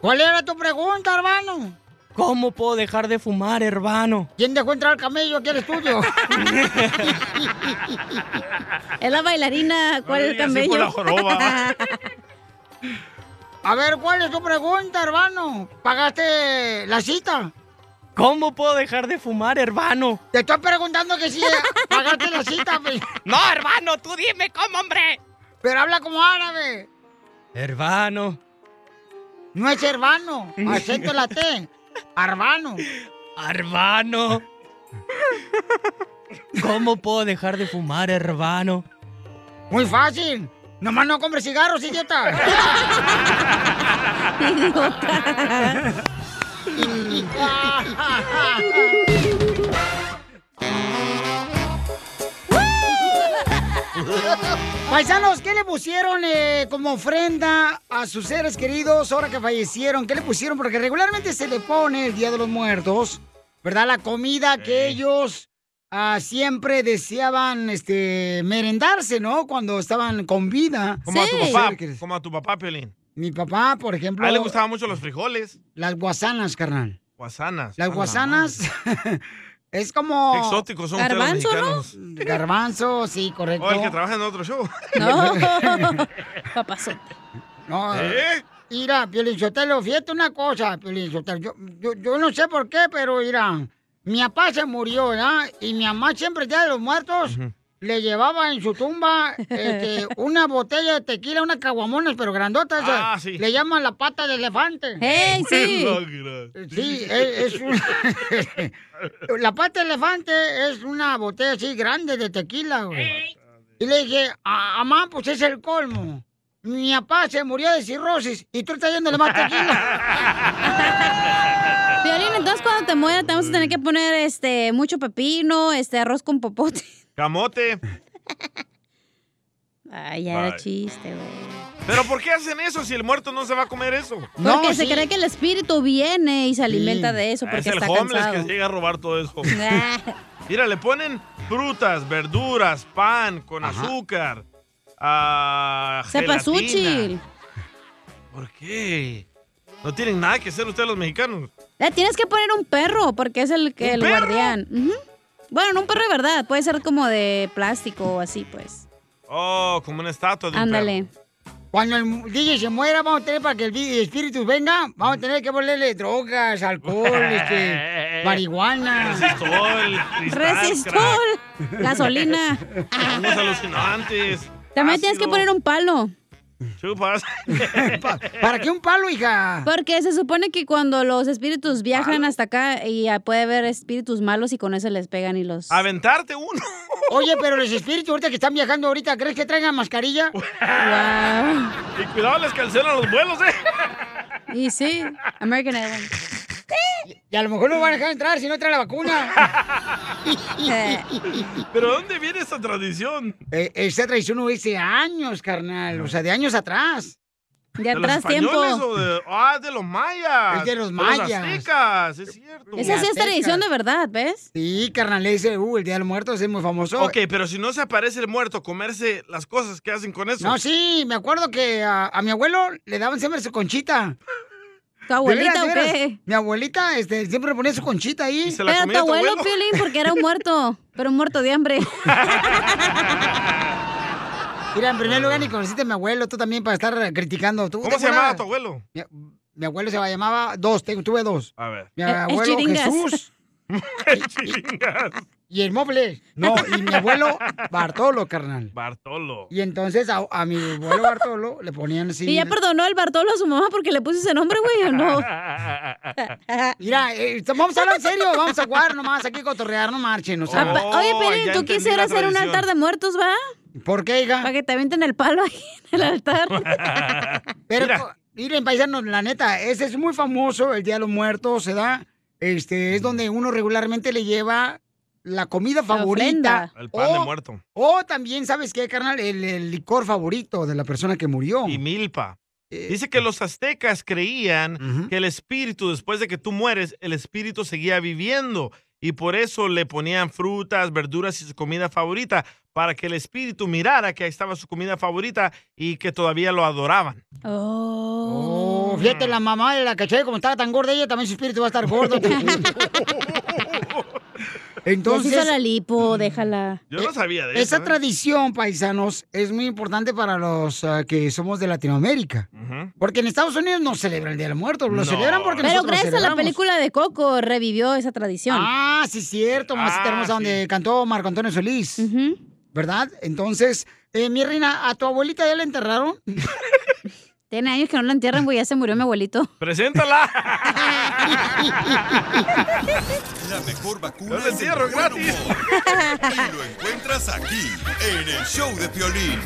[SPEAKER 2] ¿Cuál era tu pregunta, hermano?
[SPEAKER 6] ¿Cómo puedo dejar de fumar, hermano?
[SPEAKER 2] ¿Quién dejó entrar al camello aquí al estudio?
[SPEAKER 4] Es la bailarina, ¿cuál
[SPEAKER 6] No
[SPEAKER 4] es
[SPEAKER 6] le
[SPEAKER 4] el
[SPEAKER 6] digas así
[SPEAKER 4] camello?
[SPEAKER 6] por la joroba.
[SPEAKER 2] A ver, ¿cuál es tu pregunta, hermano? ¿Pagaste la cita?
[SPEAKER 6] ¿Cómo puedo dejar de fumar, hermano?
[SPEAKER 2] Te estoy preguntando que si eh, pagaste la cita.
[SPEAKER 6] No, hermano, tú dime cómo, hombre.
[SPEAKER 2] Pero habla como árabe.
[SPEAKER 6] Hermano.
[SPEAKER 2] No es hermano. Acento la T. Arbano.
[SPEAKER 6] Hermano. ¿Cómo puedo dejar de fumar, hermano?
[SPEAKER 2] Muy fácil. Nomás no compres cigarros, idiota. Paisanos, ¿qué le pusieron eh, como ofrenda a sus seres queridos ahora que fallecieron? ¿Qué le pusieron? Porque regularmente se le pone el Día de los Muertos, ¿verdad? La comida que ellos ah, siempre deseaban este, merendarse, ¿no? Cuando estaban con vida.
[SPEAKER 1] Como a tu papá, como a tu papá, Piolín.
[SPEAKER 2] Mi papá, por ejemplo.
[SPEAKER 1] A él le gustaban mucho los frijoles,
[SPEAKER 2] Las guasanas, carnal.
[SPEAKER 1] guasanas.
[SPEAKER 2] Las guasanas es como...
[SPEAKER 1] Qué exóticos son ustedes, Garbanzo, mexicanos. ¿no?
[SPEAKER 2] Garbanzo, sí, correcto.
[SPEAKER 1] O el que trabaja en otro show.
[SPEAKER 2] No, papazote. No,
[SPEAKER 1] ¿Eh?
[SPEAKER 2] mira, Piolín Sotelo, fíjate una cosa, Piolín Sotelo, yo, yo, yo no sé por qué, pero mira, mi papá se murió, ¿verdad? Y mi mamá siempre, el día de los muertos, le llevaba en su tumba este, una botella de tequila, unas caguamonas, pero grandotas.
[SPEAKER 1] Ah,
[SPEAKER 2] esas, Le llaman la pata de elefante.
[SPEAKER 4] ¡Ey,
[SPEAKER 2] Sí,
[SPEAKER 4] eh,
[SPEAKER 2] es, es un- la pata de elefante es una botella así grande de tequila, güey. Y le dije, "A- amá, pues es el colmo. Mi papá se murió de cirrosis y tú estás yéndole más tequila.
[SPEAKER 4] Violín, entonces cuando te mueras te vamos a tener que poner este mucho pepino, este arroz con popote.
[SPEAKER 1] Camote.
[SPEAKER 4] Ay, ya era
[SPEAKER 1] Bye.
[SPEAKER 4] chiste, güey.
[SPEAKER 1] ¿Pero por qué hacen eso si el muerto no se va a comer eso?
[SPEAKER 4] Porque se cree que el espíritu viene y se alimenta de eso porque
[SPEAKER 1] Ah, es el
[SPEAKER 4] está
[SPEAKER 1] homeless
[SPEAKER 4] cansado.
[SPEAKER 1] que llega a robar todo eso. Mira, le ponen frutas, verduras, pan con azúcar. ah,
[SPEAKER 4] Sepa
[SPEAKER 1] gelatina.
[SPEAKER 4] sushi.
[SPEAKER 1] ¿Por qué? No tienen nada que hacer ustedes los mexicanos.
[SPEAKER 4] Le Eh, tienes que poner un perro porque es el, que-
[SPEAKER 1] ¿Un
[SPEAKER 4] el
[SPEAKER 1] perro?
[SPEAKER 4] guardián. Ujú. Bueno, no un perro de verdad, puede ser como de plástico o así, pues.
[SPEAKER 1] Oh, como una estatua de un
[SPEAKER 4] Ándale.
[SPEAKER 2] Cuando el DJ se muera, vamos a tener para que el vi- espíritu venga, vamos a tener que ponerle drogas, alcohol, este, marihuana.
[SPEAKER 1] Resistol, cristal,
[SPEAKER 4] Resistol,
[SPEAKER 1] crack.
[SPEAKER 4] gasolina.
[SPEAKER 1] Unos alucinantes.
[SPEAKER 4] También tienes que poner un palo.
[SPEAKER 1] Chupas.
[SPEAKER 2] ¿Para qué un palo, hija?
[SPEAKER 4] Porque se supone que cuando los espíritus viajan hasta acá y ah, puede haber espíritus malos y con eso les pegan y los...
[SPEAKER 1] Aventarte Ah, uno.
[SPEAKER 2] Oye, pero los espíritus ahorita que están viajando ahorita, ¿crees que traigan mascarilla?
[SPEAKER 1] Y cuidado, les cancelan los vuelos, ¿eh?
[SPEAKER 4] Y sí, American Airlines.
[SPEAKER 2] Y a lo mejor no van a dejar entrar si no trae la
[SPEAKER 4] Eh,
[SPEAKER 2] vacuna.
[SPEAKER 1] ¿Pero de dónde viene esta tradición?
[SPEAKER 2] Eh, esa tradición no es de años, carnal. O sea, de años atrás.
[SPEAKER 4] De
[SPEAKER 1] ¿De los españoles o de- ah, de los mayas.
[SPEAKER 2] Es de los mayas.
[SPEAKER 1] aztecas, es cierto.
[SPEAKER 4] Esa sí es tradición de verdad, ¿ves?
[SPEAKER 2] Sí, carnal, ese, uh, el Día de los Muertos es muy famoso.
[SPEAKER 1] Ok, pero si no se aparece el muerto, comerse las cosas que hacen con eso.
[SPEAKER 2] No, sí, me acuerdo que a, a mi abuelo le daban siempre su conchita.
[SPEAKER 4] ¿Tu
[SPEAKER 1] abuelita o qué?
[SPEAKER 2] Mi abuelita este, siempre le ponía su conchita ahí.
[SPEAKER 1] se
[SPEAKER 4] Pero tu abuelo, Piolín, porque era un muerto, pero un muerto de hambre.
[SPEAKER 2] Mira, en primer lugar, ni conociste a mi abuelo, tú también para estar criticando. ¿Tú,
[SPEAKER 1] ¿Cómo
[SPEAKER 2] te
[SPEAKER 1] se llamaba
[SPEAKER 2] acuerdas?
[SPEAKER 1] tu abuelo?
[SPEAKER 2] Mi abuelo se llamaba dos, te- tuve dos.
[SPEAKER 1] A ver.
[SPEAKER 4] Eh,
[SPEAKER 2] Mi
[SPEAKER 1] El- el
[SPEAKER 2] abuelo
[SPEAKER 1] Chiringas.
[SPEAKER 2] Jesús. y el Moble. No, y mi abuelo Bartolo, carnal.
[SPEAKER 1] Bartolo.
[SPEAKER 2] Y entonces a, a mi abuelo Bartolo le ponían así.
[SPEAKER 4] ¿Y ya perdonó el Bartolo a su mamá porque le puso ese nombre, güey, o no?
[SPEAKER 2] Mira, eh, vamos a hablar en serio, vamos a jugar nomás, aquí a cotorrear, no marchen, o sea.
[SPEAKER 4] Apa- Oye,
[SPEAKER 1] Oh,
[SPEAKER 4] Piolín, ¿tú quisieras hacer un altar de muertos, va?
[SPEAKER 2] ¿Por qué, hija?
[SPEAKER 4] Para que te avienten el palo ahí en el altar.
[SPEAKER 2] Pero, co- miren, paisanos, la neta, ese es muy famoso, el Día de los Muertos, se da, este, es donde uno regularmente le lleva la comida favorita.
[SPEAKER 1] El pan de
[SPEAKER 2] o-
[SPEAKER 1] muerto.
[SPEAKER 2] O también, ¿sabes qué, carnal? El, el licor favorito de la persona que murió. Eh,
[SPEAKER 1] Y milpa. Dice que los aztecas creían que el espíritu, después de que tú mueres, el espíritu seguía viviendo. Y por eso le ponían frutas, verduras y su comida favorita, para que el espíritu mirara que ahí estaba su comida favorita y que todavía lo adoraban.
[SPEAKER 2] Oh, fíjate, la mamá de la caché, como estaba tan gorda ella, también su espíritu va a estar gordo.
[SPEAKER 4] Entonces... Ya
[SPEAKER 2] Entonces,
[SPEAKER 4] se hizo la lipo, déjala.
[SPEAKER 1] Yo no sabía de eso. ¿eh?
[SPEAKER 2] esa tradición, paisanos, es muy importante para los ah, que somos de Latinoamérica. Porque en Estados Unidos no celebran el Día de los Muertos, lo
[SPEAKER 4] No.
[SPEAKER 2] celebran porque
[SPEAKER 4] Pero
[SPEAKER 2] nosotros lo
[SPEAKER 4] gracias a la
[SPEAKER 2] celebramos.
[SPEAKER 4] película de Coco revivió esa tradición.
[SPEAKER 2] Ah, sí, cierto, mamacita hermosa, donde cantó Marco Antonio Solís. ¿Verdad? Entonces, eh, mi reina, ¿a tu abuelita ya la enterraron?
[SPEAKER 4] Tiene años que no la entierran, güey, ya se murió mi abuelito.
[SPEAKER 1] ¡Preséntala!
[SPEAKER 5] La mejor vacuna
[SPEAKER 1] Yo le
[SPEAKER 5] es el
[SPEAKER 1] cierro
[SPEAKER 5] buen
[SPEAKER 1] gratis.
[SPEAKER 5] humor. Y lo encuentras aquí, en el show de Piolín.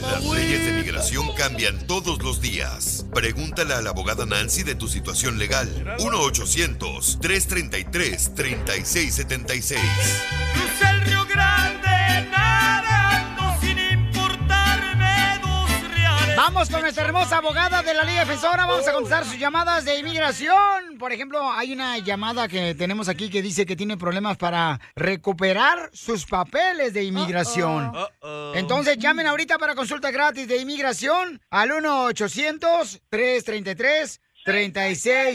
[SPEAKER 5] Las leyes de migración cambian todos los días. Pregúntale a la abogada Nancy de tu situación legal. 1-800-333-3676.
[SPEAKER 21] Crucé el Río Grande nadando sin importarme dos reales.
[SPEAKER 2] Vamos con nuestra hermosa abogada de la Liga Defensora. Vamos a contestar sus llamadas de inmigración. Por ejemplo, hay una llamada que tenemos aquí que dice que tiene problemas para recuperar sus papeles de inmigración. Entonces, llamen ahorita para consulta gratis de inmigración al 1-800-333-3676.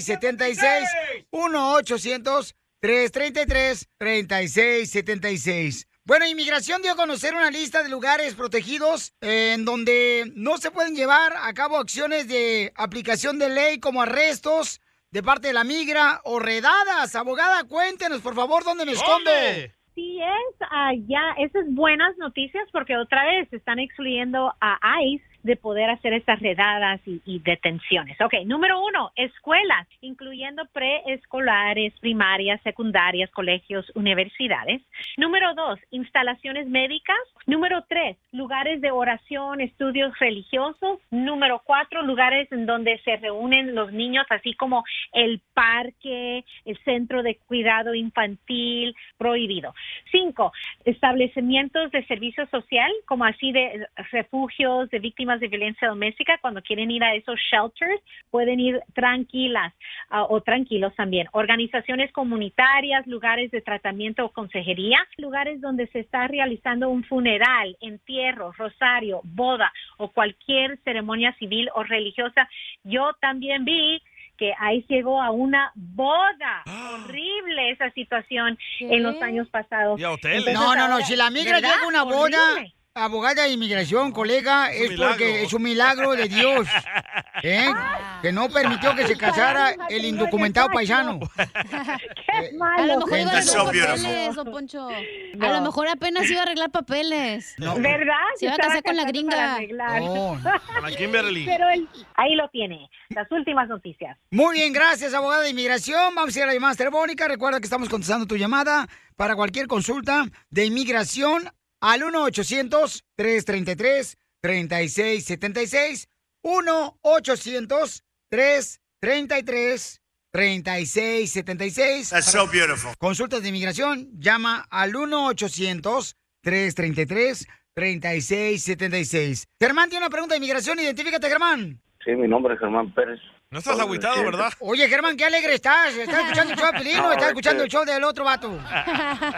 [SPEAKER 2] 1-800-333-3676. Bueno, Inmigración dio a conocer una lista de lugares protegidos eh, en donde no se pueden llevar a cabo acciones de aplicación de ley como arrestos de parte de la migra o redadas. Abogada, cuéntenos, por favor, dónde me escondo.
[SPEAKER 7] Sí es, ah, ya, esas buenas noticias porque otra vez están excluyendo a ICE de poder hacer esas redadas y, y detenciones. Ok, número uno, escuelas, incluyendo preescolares, primarias, secundarias, colegios, universidades. Número dos, instalaciones médicas. Número tres, lugares de oración, estudios religiosos. Número cuatro, lugares en donde se reúnen los niños, así como el parque, el centro de cuidado infantil, prohibido. Cinco, establecimientos de servicio social, como así de refugios de víctimas de violencia doméstica. Cuando quieren ir a esos shelters, pueden ir tranquilas ah, o tranquilos también. Organizaciones comunitarias, lugares de tratamiento o consejería, lugares donde se está realizando un funeral, entierro, rosario, boda o cualquier ceremonia civil o religiosa. Yo también vi que ahí llegó a una boda. Horrible esa situación en los años pasados.
[SPEAKER 1] Y a hoteles.
[SPEAKER 2] No, no, no, si la migra
[SPEAKER 7] ¿Verdad?
[SPEAKER 2] llega a una boda,
[SPEAKER 7] Horrible.
[SPEAKER 2] abogada de inmigración, colega, es,
[SPEAKER 1] un
[SPEAKER 2] porque
[SPEAKER 1] milagro.
[SPEAKER 2] es un milagro de Dios. ¿eh? Que no permitió que se casara el indocumentado paisano.
[SPEAKER 4] Qué malo. A lo mejor iba a
[SPEAKER 2] That's
[SPEAKER 4] arreglar
[SPEAKER 2] so beautiful.
[SPEAKER 4] papeles, don Poncho.
[SPEAKER 2] No.
[SPEAKER 4] A lo mejor apenas iba a arreglar papeles.
[SPEAKER 2] No. ¿Verdad?
[SPEAKER 4] Se iba a
[SPEAKER 7] Se estaba
[SPEAKER 4] casar con la
[SPEAKER 7] casando
[SPEAKER 4] gringa.
[SPEAKER 7] para arreglar.
[SPEAKER 1] Con la Kimberly.
[SPEAKER 7] Pero él- ahí lo tiene, las últimas noticias.
[SPEAKER 2] Muy bien, gracias, abogada de inmigración. Vamos a ir a la llamada telefónica. Recuerda que estamos contestando tu llamada para cualquier consulta de inmigración al 1-800-333-3676. 1-800-333-3676.
[SPEAKER 8] That's so beautiful.
[SPEAKER 2] Consultas de inmigración, llama al 1-800-333-3676. Germán tiene una pregunta de inmigración. Identifícate, Germán.
[SPEAKER 22] Sí, mi nombre es Germán Pérez.
[SPEAKER 1] No
[SPEAKER 22] estás agüitado, ¿verdad?
[SPEAKER 2] Eh, Oye, Germán, qué alegre estás. ¿Estás escuchando el show de Pelín o
[SPEAKER 22] No,
[SPEAKER 2] estás
[SPEAKER 22] es
[SPEAKER 2] escuchando
[SPEAKER 22] que-
[SPEAKER 2] el show del otro vato?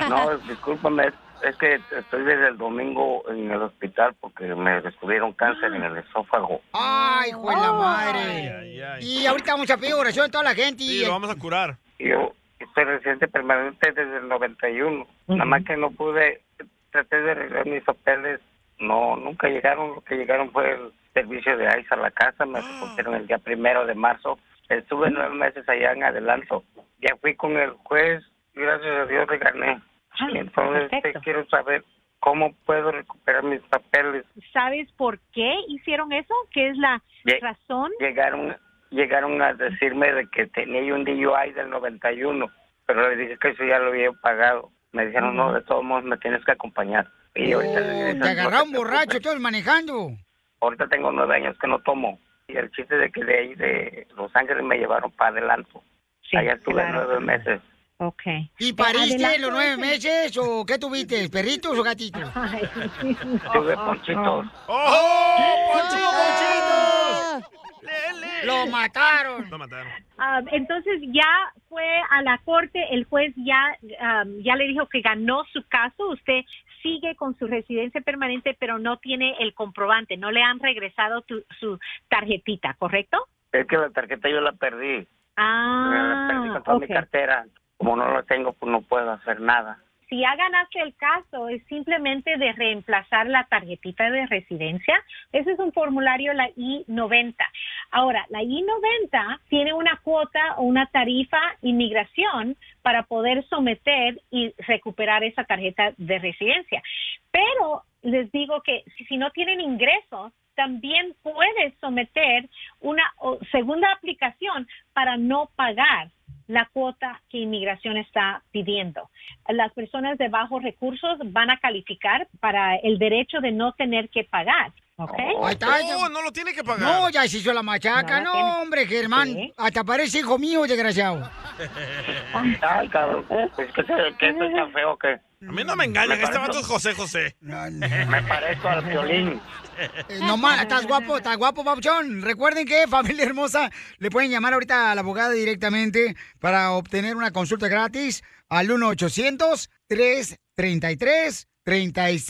[SPEAKER 22] No, discúlpame, es, es que estoy desde el domingo en el hospital porque me descubrieron cáncer en el esófago.
[SPEAKER 2] Ay, hijo de la madre. Y ahorita vamos a pedir oración a toda la gente. y
[SPEAKER 22] lo
[SPEAKER 1] vamos a curar.
[SPEAKER 22] Y yo estoy residente permanente desde el 91. Nada más que no pude, traté de arreglar mis papeles. No, nunca llegaron. Lo que llegaron fue el servicio de ICE a la casa. Me respondieron el día primero de marzo. Estuve nueve meses allá en adelanto. Ya fui con el juez. Gracias a Dios le gané. Entonces, te quiero este, saber cómo puedo recuperar mis papeles.
[SPEAKER 7] ¿Sabes por qué hicieron eso? ¿Qué es la
[SPEAKER 22] Lle-
[SPEAKER 7] razón?
[SPEAKER 22] Llegaron, llegaron a decirme de que tenía yo un DUI del 91, pero le dije que eso ya lo había pagado. Me dijeron, no, de todos modos me tienes que acompañar. Y
[SPEAKER 7] Oh,
[SPEAKER 22] ahorita,
[SPEAKER 2] Te agarraron borracho, todos manejando.
[SPEAKER 22] ahorita tengo nueve años que no tomo. Y el chiste de que de ahí, de Los Ángeles, me llevaron para adelanto. Allá estuve
[SPEAKER 7] claro.
[SPEAKER 22] nueve meses.
[SPEAKER 7] Ok.
[SPEAKER 2] ¿Y pariste
[SPEAKER 7] Adelanto,
[SPEAKER 2] los nueve
[SPEAKER 7] ese-
[SPEAKER 2] meses o qué tuviste? ¿Perritos o gatitos?
[SPEAKER 22] Tuve ponchitos.
[SPEAKER 2] ¡Ah!
[SPEAKER 1] ¡Oh,
[SPEAKER 2] Ponchito, ¡Ah! Lo mataron.
[SPEAKER 1] Lo mataron.
[SPEAKER 7] Um, entonces ya fue a la corte, el juez ya, um, ya le dijo que ganó su caso, usted sigue con su residencia permanente, pero no tiene el comprobante, no le han regresado tu- su tarjetita, ¿correcto?
[SPEAKER 22] Es que la tarjeta yo la perdí. la perdí
[SPEAKER 7] Ah,
[SPEAKER 22] con toda
[SPEAKER 7] ok.
[SPEAKER 22] mi cartera. Como no la tengo, pues no puedo hacer nada.
[SPEAKER 7] Si ya ganaste el caso, es simplemente de reemplazar la tarjetita de residencia. Ese es un formulario, la I-90. Ahora, la I-90 tiene una cuota o una tarifa inmigración para poder someter y recuperar esa tarjeta de residencia. Pero les digo que si- si no tienen ingresos, también puedes someter una o, segunda aplicación para no pagar la cuota que inmigración está pidiendo. Las personas de bajos recursos van a calificar para el derecho de no tener que pagar. ¿ok?
[SPEAKER 2] Oh, Ahí está, ya-
[SPEAKER 1] no lo tiene que
[SPEAKER 2] No, ya se hizo la machaca. No, hombre, Germán. Hasta parece hijo mío, desgraciado.
[SPEAKER 22] Ay, cabrón. Pues que, se- que estoy tan feo que.
[SPEAKER 1] A mí no me engañan, este vato es José José.
[SPEAKER 22] Me parezco al violín.
[SPEAKER 2] Eh, No más, estás guapo, estás guapo, papuchón. Recuerden que, familia hermosa, le pueden llamar ahorita a la abogada directamente para obtener una consulta gratis al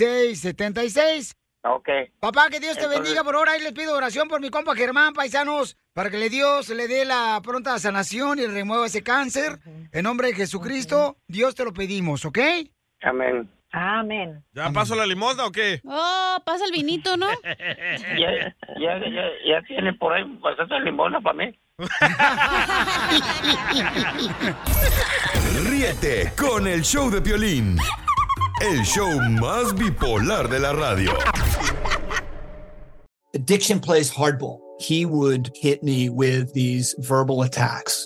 [SPEAKER 2] 1-800-333-3676.
[SPEAKER 22] Ok.
[SPEAKER 2] Papá, que Dios te
[SPEAKER 22] Entonces-
[SPEAKER 2] bendiga por ahora. Ahí les pido oración por mi compa Germán, paisanos, para que le Dios le dé la pronta sanación y le remueva ese cáncer. En nombre de Jesucristo, Dios te lo pedimos, ¿ok?
[SPEAKER 22] Amén.
[SPEAKER 7] Amén.
[SPEAKER 1] ¿Ya paso la limosna o qué?
[SPEAKER 4] Oh, pasa el vinito, ¿no?
[SPEAKER 22] Ya, ya, ya, ya tiene por ahí bastante limona para mí.
[SPEAKER 5] Ríete con el show de Piolín. El show más bipolar de la radio.
[SPEAKER 23] Addiction plays hardball. He would hit me with these verbal attacks.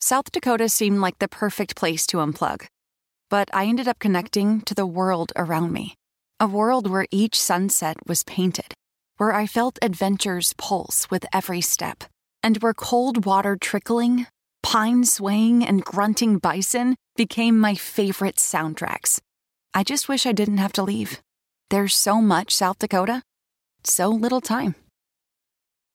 [SPEAKER 24] South Dakota seemed like the perfect place to unplug. But I ended up connecting to the world around me a world where each sunset was painted, where I felt adventure's pulse with every step, and where cold water trickling, pine swaying, and grunting bison became my favorite soundtracks. I just wish I didn't have to leave. There's so much South Dakota, so little time.